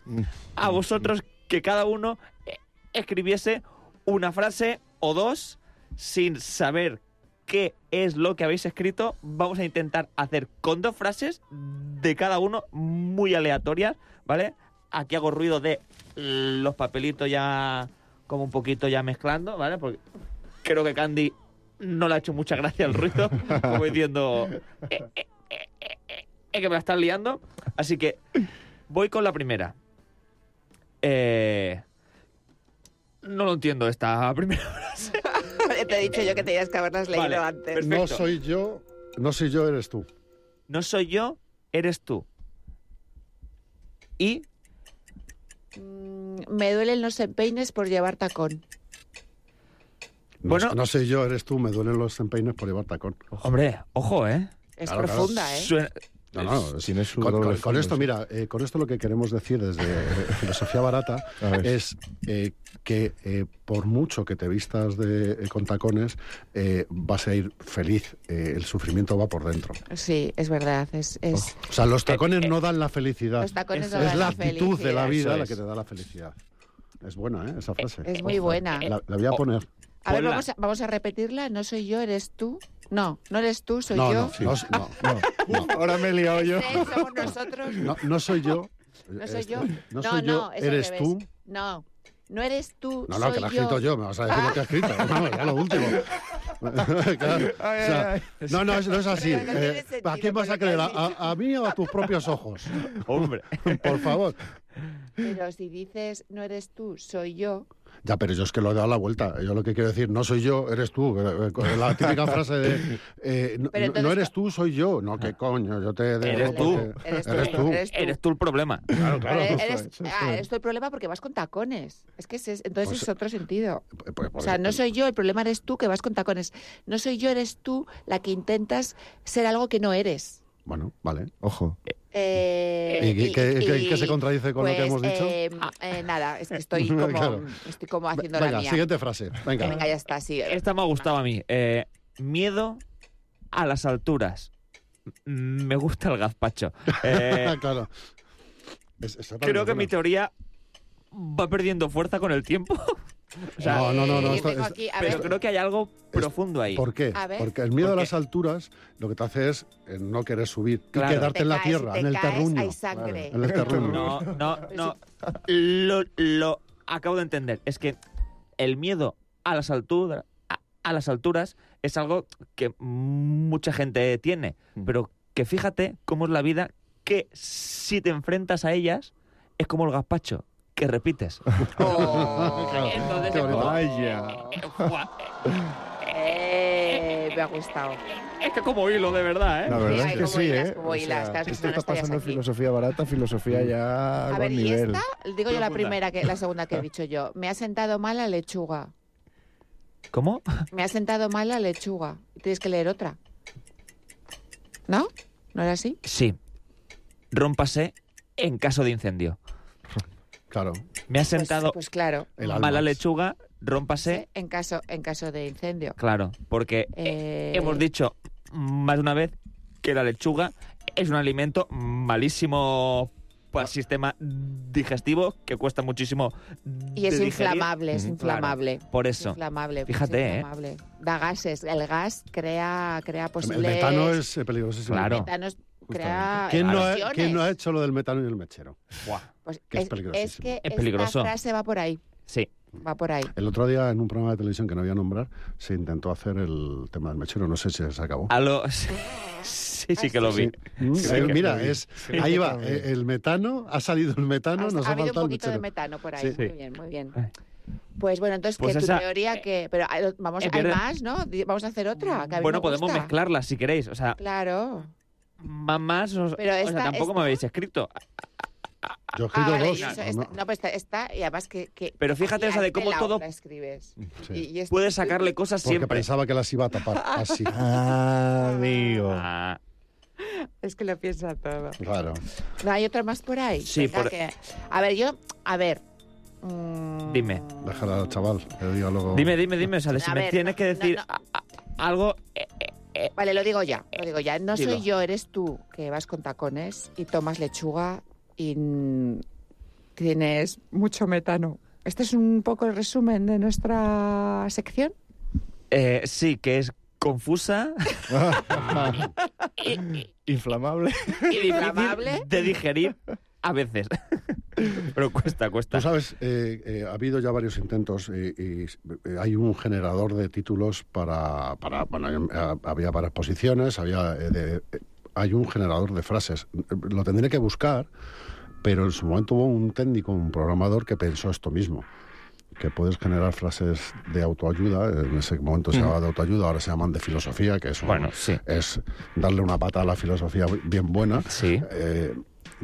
[SPEAKER 4] a vosotros que cada uno eh, escribiese una frase o dos sin saber qué es lo que habéis escrito. Vamos a intentar hacer con dos frases de cada uno muy aleatorias, ¿vale? Aquí hago ruido de los papelitos ya como un poquito ya mezclando, ¿vale? Porque creo que Candy no le ha hecho mucha gracia el ruido, como diciendo, "Eh, eh, eh, eh, eh, eh, que me la están liando. Así que voy con la primera. Eh, no lo entiendo esta primera [LAUGHS] frase.
[SPEAKER 3] Te he dicho yo que tenías que haberlas leído
[SPEAKER 4] Vale,
[SPEAKER 3] antes.
[SPEAKER 4] perfecto.
[SPEAKER 2] No soy yo, no soy yo, eres tú.
[SPEAKER 4] No soy yo, eres tú. Y
[SPEAKER 3] Mm, Me duelen los empeines por llevar tacón.
[SPEAKER 2] No,
[SPEAKER 4] Bueno.
[SPEAKER 2] s- no soy yo, eres tú, me duelen los empeines por llevar tacón.
[SPEAKER 4] Hombre, ojo, ¿eh?
[SPEAKER 3] Es
[SPEAKER 2] Claro, claro.
[SPEAKER 3] profunda, ¿eh?
[SPEAKER 4] Suena-
[SPEAKER 2] No, no, es-
[SPEAKER 5] tiene su
[SPEAKER 2] con,
[SPEAKER 5] doble
[SPEAKER 2] con- con
[SPEAKER 5] fondo,
[SPEAKER 2] esto,
[SPEAKER 5] sí.
[SPEAKER 2] mira, eh, con esto lo que queremos decir desde eh, [LAUGHS] Filosofía Barata
[SPEAKER 5] A ver.
[SPEAKER 2] es eh, que eh, por mucho que te vistas de, eh, con tacones, eh, vas a ir feliz. eh, el sufrimiento va por dentro.
[SPEAKER 3] Sí, es verdad. Es, es-
[SPEAKER 2] O sea, los tacones no dan la felicidad.
[SPEAKER 3] Pues, eh, los tacones
[SPEAKER 4] eso
[SPEAKER 3] no
[SPEAKER 4] es
[SPEAKER 2] Es
[SPEAKER 3] dan
[SPEAKER 2] la actitud de la
[SPEAKER 3] felicidad.
[SPEAKER 2] vida
[SPEAKER 4] Eso
[SPEAKER 2] la
[SPEAKER 4] es.
[SPEAKER 2] que te da la felicidad. Es buena, ¿eh? Esa frase.
[SPEAKER 3] es muy
[SPEAKER 2] Ojo,
[SPEAKER 3] buena. ¿eh?
[SPEAKER 2] La, la voy a
[SPEAKER 4] Oh.
[SPEAKER 2] poner.
[SPEAKER 3] A ver,
[SPEAKER 4] Ponla.
[SPEAKER 3] vamos a, vamos a repetirla. No soy yo, eres tú. No, no eres tú, soy
[SPEAKER 2] No,
[SPEAKER 3] yo.
[SPEAKER 2] no, no, no, no, no.
[SPEAKER 5] Ahora me he liado yo.
[SPEAKER 3] Sí, somos nosotros.
[SPEAKER 2] No, no soy yo.
[SPEAKER 3] No soy
[SPEAKER 2] Este,
[SPEAKER 3] yo.
[SPEAKER 2] No soy yo.
[SPEAKER 3] es al
[SPEAKER 2] Eres
[SPEAKER 3] revés.
[SPEAKER 2] tú.
[SPEAKER 3] No, no eres tú.
[SPEAKER 2] No, no, que
[SPEAKER 3] soy
[SPEAKER 2] lo he escrito yo. Me vas a decir lo que he
[SPEAKER 3] [LAUGHS]
[SPEAKER 2] escrito. No, ya lo último. [LAUGHS] Claro, o sea, no, no, es- no es así.
[SPEAKER 3] [LAUGHS] Pero no tiene
[SPEAKER 2] Eh, ¿A
[SPEAKER 3] sentido
[SPEAKER 2] quién vas
[SPEAKER 3] con
[SPEAKER 2] a
[SPEAKER 3] lo que
[SPEAKER 2] creer? ¿A,
[SPEAKER 3] has
[SPEAKER 2] a- a mí o a tus propios
[SPEAKER 3] [LAUGHS]
[SPEAKER 2] ojos?
[SPEAKER 4] Hombre.
[SPEAKER 2] Por favor.
[SPEAKER 3] Pero si dices no eres tú, soy yo.
[SPEAKER 2] Ya, pero yo es que lo he dado la vuelta. Yo lo que quiero decir, no soy yo, eres tú. Eh, eh, La típica frase
[SPEAKER 3] [LAUGHS]
[SPEAKER 2] de, eh, no,
[SPEAKER 3] Pero entonces-
[SPEAKER 2] no eres tú, soy yo. No, qué coño, yo te dejo
[SPEAKER 4] Eres tú.
[SPEAKER 2] porque-
[SPEAKER 3] Eres tú.
[SPEAKER 2] Eres tú.
[SPEAKER 3] Eres tú.
[SPEAKER 4] Eres tú el problema.
[SPEAKER 2] Claro, claro.
[SPEAKER 3] Pero eres, ah, eres tú el problema porque vas con tacones. Es que ese es- entonces
[SPEAKER 2] Pues-
[SPEAKER 3] es otro sentido.
[SPEAKER 2] Pues- pues-
[SPEAKER 3] O sea, no soy yo, el problema eres tú que vas con tacones. No soy yo, eres tú la que intentas ser algo que no eres.
[SPEAKER 2] Bueno, vale.
[SPEAKER 5] Ojo.
[SPEAKER 3] Eh,
[SPEAKER 2] ¿Y, qué- qué- qué- qué se contradice con lo que
[SPEAKER 3] pues,
[SPEAKER 2] hemos dicho?
[SPEAKER 3] eh, eh, nada, es que estoy
[SPEAKER 2] [LAUGHS]
[SPEAKER 3] como,
[SPEAKER 2] Claro.
[SPEAKER 3] estoy como haciendo
[SPEAKER 2] Venga,
[SPEAKER 3] la mía.
[SPEAKER 2] siguiente frase. Venga.
[SPEAKER 3] Venga, ya está, sigue.
[SPEAKER 4] Esta me ha gustado a mí. Eh, miedo a las alturas. me gusta el [LAUGHS] gazpacho. Eh,
[SPEAKER 2] Ah, claro. Es- está tan
[SPEAKER 4] creo que
[SPEAKER 2] buena.
[SPEAKER 4] mi teoría va perdiendo fuerza con el tiempo. [LAUGHS] O sea,
[SPEAKER 2] No, no, no, no,
[SPEAKER 3] Yo
[SPEAKER 2] está-
[SPEAKER 3] tengo
[SPEAKER 2] está-
[SPEAKER 3] aquí, a
[SPEAKER 4] pero
[SPEAKER 3] ver,
[SPEAKER 4] creo que hay algo profundo ahí.
[SPEAKER 2] ¿Por qué?
[SPEAKER 3] A ver.
[SPEAKER 2] Porque el miedo
[SPEAKER 4] ¿Por
[SPEAKER 2] a
[SPEAKER 4] qué?
[SPEAKER 2] las alturas lo que te hace es eh, no querer subir
[SPEAKER 4] Claro.
[SPEAKER 2] y quedarte
[SPEAKER 3] Te
[SPEAKER 2] en la
[SPEAKER 3] caes,
[SPEAKER 2] tierra,
[SPEAKER 3] te
[SPEAKER 2] en el
[SPEAKER 3] caes,
[SPEAKER 2] terruño.
[SPEAKER 3] hay sangre.
[SPEAKER 2] En el terruño.
[SPEAKER 4] No, [LAUGHS] no, no. Lo, lo acabo de entender. Es que el miedo a las alturas, a, a las alturas es algo que mucha gente tiene.
[SPEAKER 5] Mm.
[SPEAKER 4] Pero que fíjate cómo es la vida, que si te enfrentas a ellas, es como el gazpacho, que
[SPEAKER 3] [LAUGHS]
[SPEAKER 4] repites.
[SPEAKER 3] Oh.
[SPEAKER 2] Claro,
[SPEAKER 4] Entonces,
[SPEAKER 2] qué bonito.
[SPEAKER 5] Vaya.
[SPEAKER 4] Eh, jua,
[SPEAKER 3] eh, me ha gustado.
[SPEAKER 4] es que como hilo, de verdad, ¿eh?
[SPEAKER 5] La verdad
[SPEAKER 3] Sí, hay
[SPEAKER 5] es que
[SPEAKER 3] como
[SPEAKER 5] sí,
[SPEAKER 3] hilas,
[SPEAKER 5] ¿eh?
[SPEAKER 3] como hilas, que has visto
[SPEAKER 5] esto
[SPEAKER 3] unas
[SPEAKER 5] está
[SPEAKER 3] tallas
[SPEAKER 5] pasando
[SPEAKER 3] aquí.
[SPEAKER 5] filosofía barata, filosofía ya
[SPEAKER 3] A
[SPEAKER 5] a
[SPEAKER 3] ver,
[SPEAKER 5] buen
[SPEAKER 3] y
[SPEAKER 5] nivel.
[SPEAKER 3] esta, digo yo la
[SPEAKER 4] Profunda.
[SPEAKER 3] primera, que la segunda que he dicho yo. Me ha sentado mal la lechuga.
[SPEAKER 4] ¿Cómo?
[SPEAKER 3] Me ha sentado mal la lechuga. Tienes que leer otra. ¿No? ¿No era así?
[SPEAKER 4] Sí. Rómpase en caso de incendio.
[SPEAKER 2] Claro.
[SPEAKER 4] Me ha
[SPEAKER 3] Pues-
[SPEAKER 4] sentado
[SPEAKER 3] Pues, claro.
[SPEAKER 2] El alma.
[SPEAKER 4] mala lechuga, rómpase.
[SPEAKER 3] En caso, en caso de incendio.
[SPEAKER 4] Claro, porque
[SPEAKER 3] Eh,
[SPEAKER 4] Hemos dicho más de una vez que la lechuga es un alimento malísimo para el sistema digestivo que cuesta muchísimo.
[SPEAKER 3] Y es
[SPEAKER 4] de digerir.
[SPEAKER 3] inflamable, es
[SPEAKER 5] Ujú,
[SPEAKER 4] claro.
[SPEAKER 3] inflamable.
[SPEAKER 4] Por
[SPEAKER 3] Es
[SPEAKER 4] eso.
[SPEAKER 3] inflamable. pues es
[SPEAKER 4] Fíjate, ¿eh?
[SPEAKER 3] inflamable. Da gases. El gas crea, crea
[SPEAKER 2] El
[SPEAKER 3] posibles...
[SPEAKER 2] metano es eh, peligrosísimo.
[SPEAKER 4] Claro.
[SPEAKER 3] metano es- crea
[SPEAKER 2] ¿Quién, no ha,
[SPEAKER 3] explosiones.
[SPEAKER 2] quién no ha hecho lo del metano y el mechero?
[SPEAKER 4] Buah,
[SPEAKER 3] Pues
[SPEAKER 2] Que es
[SPEAKER 3] es,
[SPEAKER 2] peligrosísimo.
[SPEAKER 3] es que
[SPEAKER 4] Es peligroso.
[SPEAKER 3] esta frase va por ahí.
[SPEAKER 4] Sí.
[SPEAKER 3] Va por ahí.
[SPEAKER 2] El otro día en un programa de televisión que no voy a nombrar se intentó hacer el tema del mechero. No sé si se acabó.
[SPEAKER 4] A lo- [LAUGHS] Sí, sí que lo vi.
[SPEAKER 2] Sí. Mm,
[SPEAKER 5] Sí,
[SPEAKER 2] ahí-
[SPEAKER 5] que
[SPEAKER 2] mira,
[SPEAKER 5] lo vi.
[SPEAKER 2] es,
[SPEAKER 5] Sí,
[SPEAKER 2] ahí
[SPEAKER 5] que
[SPEAKER 2] va.
[SPEAKER 5] lo vi.
[SPEAKER 2] eh, El metano, ha salido el metano,
[SPEAKER 3] Ha-
[SPEAKER 2] nos
[SPEAKER 3] ha
[SPEAKER 2] ha
[SPEAKER 3] habido un
[SPEAKER 2] faltado el
[SPEAKER 3] poquito de
[SPEAKER 2] mechero.
[SPEAKER 3] metano por ahí.
[SPEAKER 2] Sí.
[SPEAKER 3] Muy bien, muy bien.
[SPEAKER 4] Ay.
[SPEAKER 3] Pues bueno, entonces
[SPEAKER 4] Pues
[SPEAKER 3] que
[SPEAKER 4] esa-
[SPEAKER 3] tu teoría que... Pero hay- vamos,
[SPEAKER 4] eh,
[SPEAKER 3] hay
[SPEAKER 4] pierde-
[SPEAKER 3] más, ¿no? Di- Vamos a hacer otra. que a mí
[SPEAKER 4] Bueno,
[SPEAKER 3] me
[SPEAKER 4] podemos
[SPEAKER 3] gusta.
[SPEAKER 4] mezclarlas si queréis. O sea,
[SPEAKER 3] Claro.
[SPEAKER 4] más, más os-
[SPEAKER 3] Pero
[SPEAKER 4] o sea,
[SPEAKER 3] esta-
[SPEAKER 4] tampoco
[SPEAKER 3] esta-
[SPEAKER 4] me habéis escrito.
[SPEAKER 2] Yo he
[SPEAKER 3] Ah,
[SPEAKER 2] escrito
[SPEAKER 3] vale,
[SPEAKER 2] dos.
[SPEAKER 3] y eso
[SPEAKER 2] ¿o
[SPEAKER 3] está-
[SPEAKER 2] no?
[SPEAKER 3] no, pues está, está- y además que... que
[SPEAKER 4] Pero fíjate
[SPEAKER 3] y
[SPEAKER 4] esa de
[SPEAKER 3] al
[SPEAKER 4] cómo
[SPEAKER 3] la
[SPEAKER 4] todo
[SPEAKER 3] otra escribes.
[SPEAKER 2] Sí.
[SPEAKER 3] Y- y es-
[SPEAKER 4] puede sacarle cosas
[SPEAKER 2] Porque
[SPEAKER 4] siempre.
[SPEAKER 2] pensaba que las iba a
[SPEAKER 3] [LAUGHS]
[SPEAKER 2] tapar así.
[SPEAKER 5] Ah, amigo.
[SPEAKER 4] Ah,
[SPEAKER 3] Es que lo piensa todo.
[SPEAKER 2] Claro.
[SPEAKER 3] ¿No hay otra más por ahí?
[SPEAKER 4] Sí,
[SPEAKER 3] Venga,
[SPEAKER 4] por-
[SPEAKER 3] que- A ver, yo... A ver... mm,
[SPEAKER 4] Dime.
[SPEAKER 2] Déjala al chaval, que diga luego.
[SPEAKER 4] dime, dime, dime. O sea,
[SPEAKER 3] A
[SPEAKER 4] si me
[SPEAKER 3] ver,
[SPEAKER 4] tienes
[SPEAKER 3] no,
[SPEAKER 4] que
[SPEAKER 3] no,
[SPEAKER 4] decir
[SPEAKER 3] no.
[SPEAKER 4] a- a- algo. eh, eh,
[SPEAKER 3] Vale, lo digo ya, lo digo ya. No soy
[SPEAKER 4] dilo.
[SPEAKER 3] yo, eres tú que vas con tacones y tomas lechuga y mm, tienes mucho metano. Este es un poco el resumen de nuestra sección.
[SPEAKER 4] eh, sí, que es confusa.
[SPEAKER 5] Inflamable.
[SPEAKER 4] [LAUGHS] y
[SPEAKER 3] Inflamable.
[SPEAKER 4] difícil de digerir a veces. [LAUGHS] Pues Pero cuesta, cuesta.
[SPEAKER 2] Tú sabes, eh, eh, ha habido ya varios intentos eh, y eh, hay un generador de títulos para... para bueno, hay- eh, había para exposiciones, había... eh, de- eh, hay un generador de frases. Lo tendré que buscar, pero en su momento hubo un técnico, un programador que pensó esto mismo. Que puedes generar frases de autoayuda, en ese momento se llamaba de autoayuda, ahora se llaman de filosofía, que es, un-
[SPEAKER 4] Mm. Bueno, sí.
[SPEAKER 2] es darle una pata a la filosofía bien buena.
[SPEAKER 4] Sí.
[SPEAKER 2] Eh,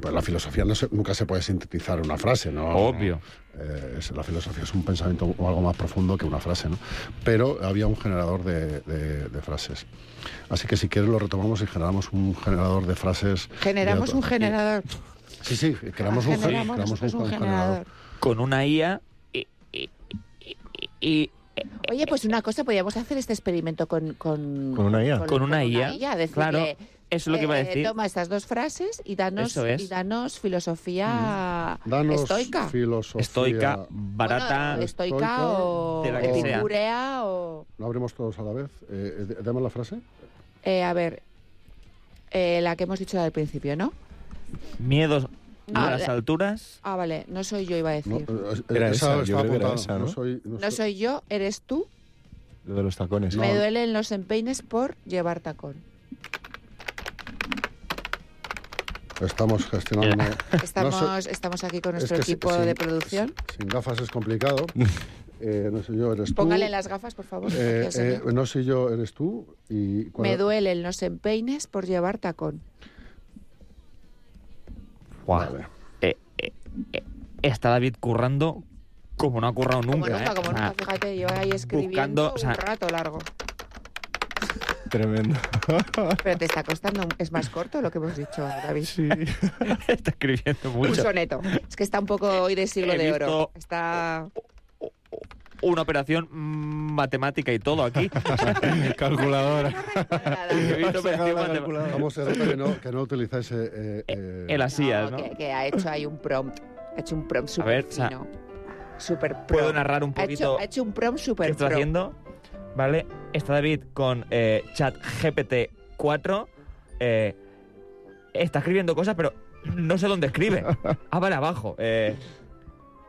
[SPEAKER 2] pues la filosofía no se- nunca se puede sintetizar en una frase, ¿no?
[SPEAKER 4] Obvio.
[SPEAKER 2] Eh, es- la filosofía es un pensamiento o algo más profundo que una frase, ¿no? Pero había un generador de, de- de frases. Así que si quieres lo retomamos y generamos un generador de frases. de
[SPEAKER 3] Generamos
[SPEAKER 2] auto-
[SPEAKER 3] un generador.
[SPEAKER 2] Sí, sí, creamos un, gen-
[SPEAKER 3] Generamos
[SPEAKER 2] creamos
[SPEAKER 3] nosotros
[SPEAKER 2] un
[SPEAKER 3] un
[SPEAKER 2] generador.
[SPEAKER 3] generador.
[SPEAKER 4] Con una IA y. y- y- y-
[SPEAKER 3] Oye, pues una cosa, podríamos hacer este experimento con... Con,
[SPEAKER 5] [LAUGHS] Con una IA.
[SPEAKER 4] Con una IA,
[SPEAKER 3] decirle,
[SPEAKER 4] claro, eso es lo que iba a
[SPEAKER 3] eh,
[SPEAKER 4] decir.
[SPEAKER 3] Toma estas dos frases y danos,
[SPEAKER 4] Eso es.
[SPEAKER 3] y danos filosofía
[SPEAKER 2] Mm. Danos
[SPEAKER 3] estoica.
[SPEAKER 2] filosofía.
[SPEAKER 4] estoica, barata.
[SPEAKER 3] Bueno,
[SPEAKER 2] estoica,
[SPEAKER 3] estoica o
[SPEAKER 4] de la
[SPEAKER 2] que sea.
[SPEAKER 3] epicurea o...
[SPEAKER 2] ¿Lo abrimos todos a la vez? Eh, eh, de- ¿Demos la frase?
[SPEAKER 3] Eh, a ver, eh, la que hemos dicho al principio, ¿no?
[SPEAKER 4] Miedos
[SPEAKER 3] No,
[SPEAKER 4] a las
[SPEAKER 3] la-
[SPEAKER 4] alturas.
[SPEAKER 3] Ah, vale, no soy yo, iba a
[SPEAKER 2] No,
[SPEAKER 3] decir. No,
[SPEAKER 2] eh, eh,
[SPEAKER 5] Era esa, yo
[SPEAKER 2] estaba
[SPEAKER 5] creo que era
[SPEAKER 2] apuntada.
[SPEAKER 5] esa, ¿no?
[SPEAKER 2] soy, no soy-
[SPEAKER 3] soy yo, eres tú.
[SPEAKER 5] Lo de los tacones.
[SPEAKER 2] No.
[SPEAKER 3] Me duelen los empeines por llevar tacón.
[SPEAKER 2] Estamos gestionando.
[SPEAKER 3] Estamos,
[SPEAKER 2] No
[SPEAKER 3] estamos aquí con
[SPEAKER 2] Es
[SPEAKER 3] nuestro
[SPEAKER 2] que si-
[SPEAKER 3] equipo
[SPEAKER 2] sin-
[SPEAKER 3] de producción.
[SPEAKER 2] si- Sin gafas es complicado. Eh, no sé yo, eres tú.
[SPEAKER 3] Póngale las gafas, por favor.
[SPEAKER 2] Eh,
[SPEAKER 3] gracias, señor.
[SPEAKER 2] eh, no sé yo, eres tú. Y cuál-
[SPEAKER 3] Me duelen los empeines por llevar tacón.
[SPEAKER 4] Guau.
[SPEAKER 2] Vale.
[SPEAKER 4] Eh, eh, eh, está David currando como no ha currado
[SPEAKER 3] Como
[SPEAKER 4] nunca.
[SPEAKER 3] nunca,
[SPEAKER 4] ¿eh?
[SPEAKER 3] como
[SPEAKER 4] O sea, [LAUGHS]
[SPEAKER 3] nunca, fíjate, yo ahí escribiendo
[SPEAKER 4] buscando, o sea-
[SPEAKER 3] un rato largo.
[SPEAKER 5] Tremendo.
[SPEAKER 3] Pero te está costando, un- es más corto lo que hemos dicho, David.
[SPEAKER 5] [LAUGHS] Sí.
[SPEAKER 4] está escribiendo
[SPEAKER 3] Un
[SPEAKER 4] mucho.
[SPEAKER 3] soneto. Es que está un poco hoy de siglo
[SPEAKER 4] He
[SPEAKER 3] de oro.
[SPEAKER 4] visto-
[SPEAKER 3] Está...
[SPEAKER 4] una operación mm, matemática y todo [LAUGHS] aquí.
[SPEAKER 5] [LAUGHS] Calculadora.
[SPEAKER 4] He visto operación matem-
[SPEAKER 2] Vamos, se nota que no, que no utilizáis eh, eh, eh,
[SPEAKER 4] el asías, ¿no?
[SPEAKER 3] Que, que ha hecho ahí un prompt. Ha hecho un prompt
[SPEAKER 4] A ver,
[SPEAKER 3] súper fino. Super
[SPEAKER 4] Puedo narrar un
[SPEAKER 3] ha hecho,
[SPEAKER 4] poquito
[SPEAKER 3] ha hecho un prompt
[SPEAKER 4] qué
[SPEAKER 3] súper
[SPEAKER 4] está
[SPEAKER 3] pro.
[SPEAKER 4] haciendo. Vale, está David con eh, chat GPT 4. eh, está escribiendo cosas, pero no sé dónde escribe. Ah, vale, abajo. eh,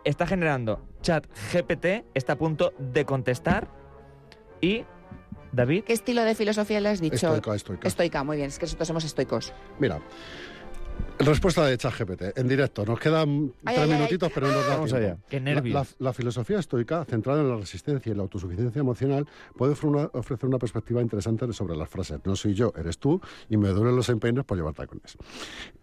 [SPEAKER 4] está generando chat GPT, está a punto de contestar. Y David
[SPEAKER 3] ¿Qué estilo de filosofía le has dicho?
[SPEAKER 2] estoica, estoica.
[SPEAKER 3] Estoica, muy bien. Es que nosotros somos estoicos.
[SPEAKER 2] Mira, respuesta de ChatGPT, en directo. Nos quedan
[SPEAKER 3] Ay,
[SPEAKER 2] tres
[SPEAKER 3] ay, Ah. ay.
[SPEAKER 2] minutitos, pero no nos da
[SPEAKER 5] Vamos
[SPEAKER 2] tiempo.
[SPEAKER 5] allá.
[SPEAKER 4] Qué
[SPEAKER 2] La-
[SPEAKER 4] nervios.
[SPEAKER 2] La, la filosofía estoica, centrada en la resistencia y la autosuficiencia emocional, puede ofre- una- ofrecer una perspectiva interesante sobre las frases. No soy yo, eres tú, y me duelen los empeines por llevar tacones.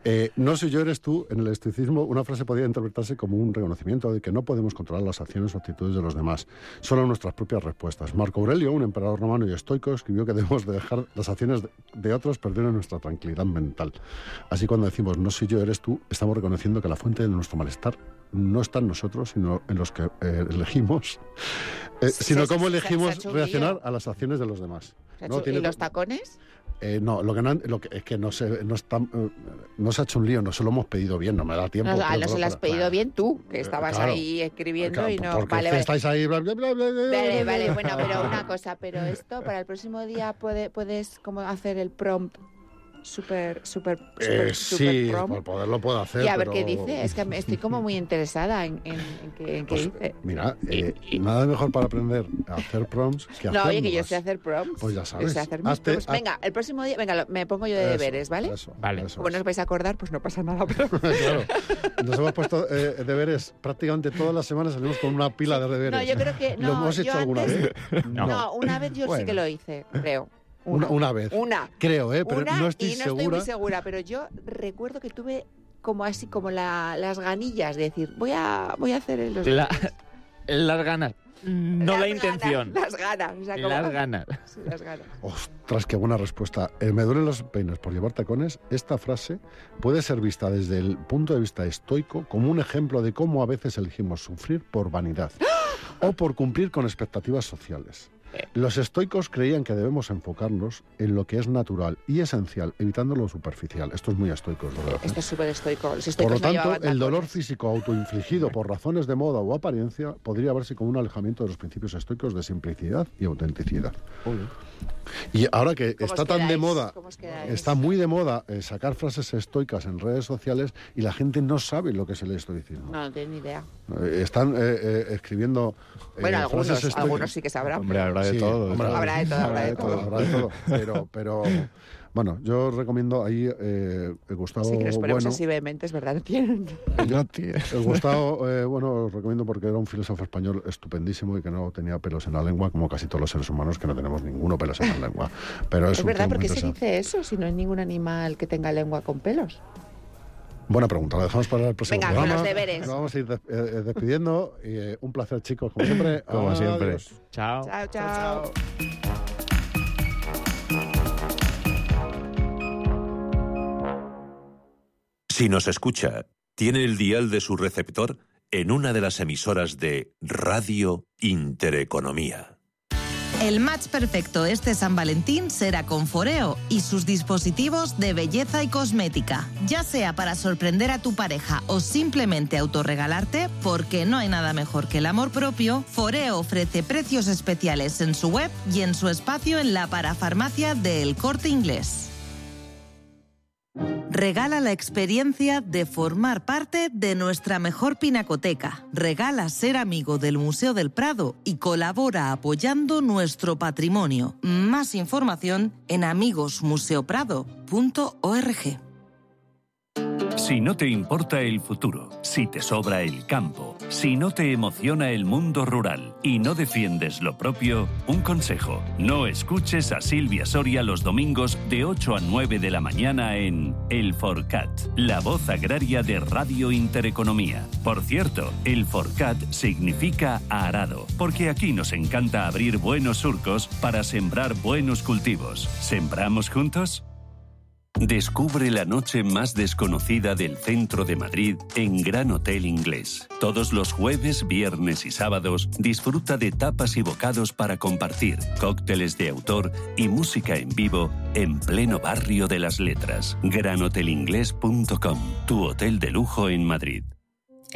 [SPEAKER 2] Eh, no soy yo, eres tú. En el estoicismo, una frase podría interpretarse como un reconocimiento de que no podemos controlar las acciones o actitudes de los demás, solo nuestras propias respuestas. Marco Aurelio, un emperador romano y estoico, escribió que debemos de dejar las acciones de- de otros perder nuestra tranquilidad mental. Así, cuando decimos no soy yo, eres tú, estamos reconociendo que la fuente de nuestro malestar no está en nosotros, sino en los que eh, elegimos, eh,
[SPEAKER 3] Se-
[SPEAKER 2] sino
[SPEAKER 3] se-
[SPEAKER 2] cómo
[SPEAKER 3] se- se- se ha
[SPEAKER 2] elegimos
[SPEAKER 3] hecho un
[SPEAKER 2] reaccionar
[SPEAKER 3] lío.
[SPEAKER 2] a las acciones de los demás.
[SPEAKER 3] Se ha
[SPEAKER 2] No,
[SPEAKER 3] hecho-
[SPEAKER 2] tiene
[SPEAKER 3] ¿Y los
[SPEAKER 2] to-
[SPEAKER 3] tacones?
[SPEAKER 2] Eh, no, lo que, no han- lo que es que no se, no, está, eh, no se ha hecho un lío, no se lo hemos pedido bien, no me da tiempo.
[SPEAKER 3] No, ah,
[SPEAKER 2] pero-
[SPEAKER 3] no se
[SPEAKER 2] pero-
[SPEAKER 3] lo has
[SPEAKER 2] pero-
[SPEAKER 3] pedido
[SPEAKER 2] claro.
[SPEAKER 3] bien tú, que
[SPEAKER 2] Eh,
[SPEAKER 3] estabas
[SPEAKER 2] claro.
[SPEAKER 3] ahí escribiendo
[SPEAKER 2] Claro,
[SPEAKER 3] y no.
[SPEAKER 2] porque
[SPEAKER 3] Vale,
[SPEAKER 2] es que
[SPEAKER 3] vale.
[SPEAKER 2] estáis ahí. bla, bla, bla, bla, bla,
[SPEAKER 3] Vale,
[SPEAKER 2] bla,
[SPEAKER 3] vale,
[SPEAKER 2] bla.
[SPEAKER 3] bueno, pero
[SPEAKER 2] [LAUGHS]
[SPEAKER 3] una cosa, pero esto para el próximo día puede, puedes como hacer el prompt súper, súper, súper,
[SPEAKER 2] Eh,
[SPEAKER 3] súper
[SPEAKER 2] sí,
[SPEAKER 3] prompt.
[SPEAKER 2] por poderlo puedo hacer.
[SPEAKER 3] Y a ver
[SPEAKER 2] pero-
[SPEAKER 3] qué dice, es que me- estoy como muy interesada en, en, en qué, en qué
[SPEAKER 2] Pues,
[SPEAKER 3] dice.
[SPEAKER 2] Mira, eh, nada mejor para aprender a hacer prompts que
[SPEAKER 3] No,
[SPEAKER 2] hacer
[SPEAKER 3] oye, que yo
[SPEAKER 2] nuevas.
[SPEAKER 3] sé hacer prompts.
[SPEAKER 2] Pues ya
[SPEAKER 3] yo sé
[SPEAKER 2] sabes.
[SPEAKER 3] hacer mis
[SPEAKER 2] Hazte-
[SPEAKER 3] prompts.
[SPEAKER 2] haz-
[SPEAKER 3] Venga, el próximo día, venga, lo- me pongo yo de
[SPEAKER 2] Eso,
[SPEAKER 3] deberes, ¿vale?
[SPEAKER 2] eso,
[SPEAKER 4] Vale.
[SPEAKER 2] eso
[SPEAKER 3] Como no
[SPEAKER 2] es.
[SPEAKER 3] os vais a acordar, pues no pasa nada, [LAUGHS] pero
[SPEAKER 2] Claro. [LAUGHS] Nos hemos puesto eh, deberes prácticamente todas las semanas, salimos con una pila de deberes.
[SPEAKER 3] No, yo creo que no.
[SPEAKER 2] ¿Lo hemos
[SPEAKER 3] yo
[SPEAKER 2] hecho alguna
[SPEAKER 3] antes-
[SPEAKER 2] vez?
[SPEAKER 3] [LAUGHS] No. una vez yo sí
[SPEAKER 2] Bueno.
[SPEAKER 3] que lo hice, creo.
[SPEAKER 2] Una, una vez.
[SPEAKER 3] Una.
[SPEAKER 2] Creo, ¿eh? Pero
[SPEAKER 3] Una,
[SPEAKER 2] no estoy
[SPEAKER 3] y no
[SPEAKER 2] segura.
[SPEAKER 3] estoy muy segura, pero yo recuerdo que tuve como así como la- las ganillas de decir, voy a voy a hacer el- los
[SPEAKER 4] la- las ganas. [LAUGHS] No
[SPEAKER 3] Mm. las
[SPEAKER 4] la
[SPEAKER 3] ganas,
[SPEAKER 4] intención.
[SPEAKER 3] las ganas, o sea, como-
[SPEAKER 4] Las ganas.
[SPEAKER 3] [LAUGHS] Sí, las ganas.
[SPEAKER 2] Ostras, qué buena respuesta. Eh, me duelen los peines por llevar tacones. Esta frase puede ser vista desde el punto de vista estoico como un ejemplo de cómo a veces elegimos sufrir por vanidad o por cumplir con expectativas sociales. Los estoicos creían que debemos enfocarnos en lo que es natural y esencial, evitando lo superficial. Esto es muy estoico, es verdad. ¿eh?
[SPEAKER 3] Esto es súper estoico. Los
[SPEAKER 2] Por lo
[SPEAKER 3] estoicos no
[SPEAKER 2] tanto,
[SPEAKER 3] llevaban
[SPEAKER 2] el dolor
[SPEAKER 3] tacones.
[SPEAKER 2] físico autoinfligido por razones de moda o apariencia podría verse como un alejamiento de los principios estoicos de simplicidad y autenticidad. Y ahora que
[SPEAKER 3] ¿Cómo os
[SPEAKER 2] está tan de
[SPEAKER 3] quedáis?
[SPEAKER 2] moda,
[SPEAKER 3] ¿Cómo os quedáis?
[SPEAKER 2] está muy de moda eh, sacar frases estoicas en redes sociales y la gente no sabe lo que es el estoicismo.
[SPEAKER 3] No, no tengo ni idea.
[SPEAKER 2] Eh, están eh, eh, escribiendo eh,
[SPEAKER 3] Bueno,
[SPEAKER 2] frases
[SPEAKER 3] algunos,
[SPEAKER 2] estoicas.
[SPEAKER 3] algunos sí que sabrán.
[SPEAKER 5] Hombre, habrá de
[SPEAKER 2] Sí,
[SPEAKER 5] todo.
[SPEAKER 2] hombre,
[SPEAKER 3] Habrá de todo, habrá de todo.
[SPEAKER 2] Habrá de todo. Pero, pero, bueno, yo recomiendo ahí eh, Gustavo
[SPEAKER 3] Sí, que nos ponemos
[SPEAKER 2] Bueno.
[SPEAKER 3] así vehementes, ¿verdad? [LAUGHS] Tienen-
[SPEAKER 5] No, tío.
[SPEAKER 2] El Gustavo, eh, bueno, os recomiendo porque era un filósofo español estupendísimo y que no tenía pelos en la lengua, como casi todos los seres humanos que no tenemos ninguno pelos en la lengua. Pero es,
[SPEAKER 3] Es
[SPEAKER 2] un
[SPEAKER 3] verdad,
[SPEAKER 2] tema muy
[SPEAKER 3] porque se
[SPEAKER 2] interesante.
[SPEAKER 3] dice eso si no hay ningún animal que tenga lengua con pelos.
[SPEAKER 2] Buena pregunta, la dejamos para el próximo
[SPEAKER 3] Venga, con
[SPEAKER 2] programa.
[SPEAKER 3] los deberes.
[SPEAKER 2] Nos vamos a ir des- eh, eh, despidiendo. y, eh, un placer, chicos, como siempre.
[SPEAKER 5] [LAUGHS] Como siempre.
[SPEAKER 2] Adiós.
[SPEAKER 4] Chao.
[SPEAKER 3] Chao, chao.
[SPEAKER 7] Si nos escucha, tiene el dial de su receptor en una de las emisoras de Radio Intereconomía.
[SPEAKER 8] El match perfecto este San Valentín será con Foreo y sus dispositivos de belleza y cosmética. Ya sea para sorprender a tu pareja o simplemente autorregalarte, porque no hay nada mejor que el amor propio, Foreo ofrece precios especiales en su web y en su espacio en la parafarmacia del Corte Inglés. Regala la experiencia de formar parte de nuestra mejor pinacoteca. Regala ser amigo del Museo del Prado y colabora apoyando nuestro patrimonio. Más información en amigosmuseoprado.org.
[SPEAKER 1] Si no te importa el futuro, si te sobra el campo, si no te emociona el mundo rural y no defiendes lo propio, un consejo. No escuches a Silvia Soria los domingos de 8 a 9 de la mañana en El Forcat, la voz agraria de Radio Intereconomía. Por cierto, El Forcat significa arado, porque aquí nos encanta abrir buenos surcos para sembrar buenos cultivos. ¿Sembramos juntos? Descubre la noche más desconocida del centro de Madrid en Gran Hotel Inglés. Todos los jueves, viernes y sábados disfruta de tapas y bocados para compartir, cócteles de autor y música en vivo en pleno barrio de las letras. Granotelinglés.com, tu hotel de lujo en Madrid.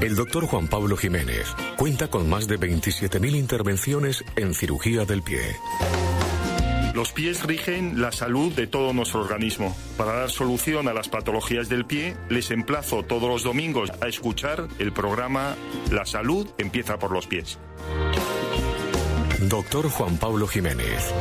[SPEAKER 2] El doctor Juan Pablo Jiménez cuenta con más de 27.000 intervenciones en cirugía del pie.
[SPEAKER 5] Los pies rigen la salud de todo nuestro organismo. Para dar solución a las patologías del pie, les emplazo todos los domingos a escuchar el programa La salud empieza por los pies.
[SPEAKER 2] Doctor Juan Pablo Jiménez.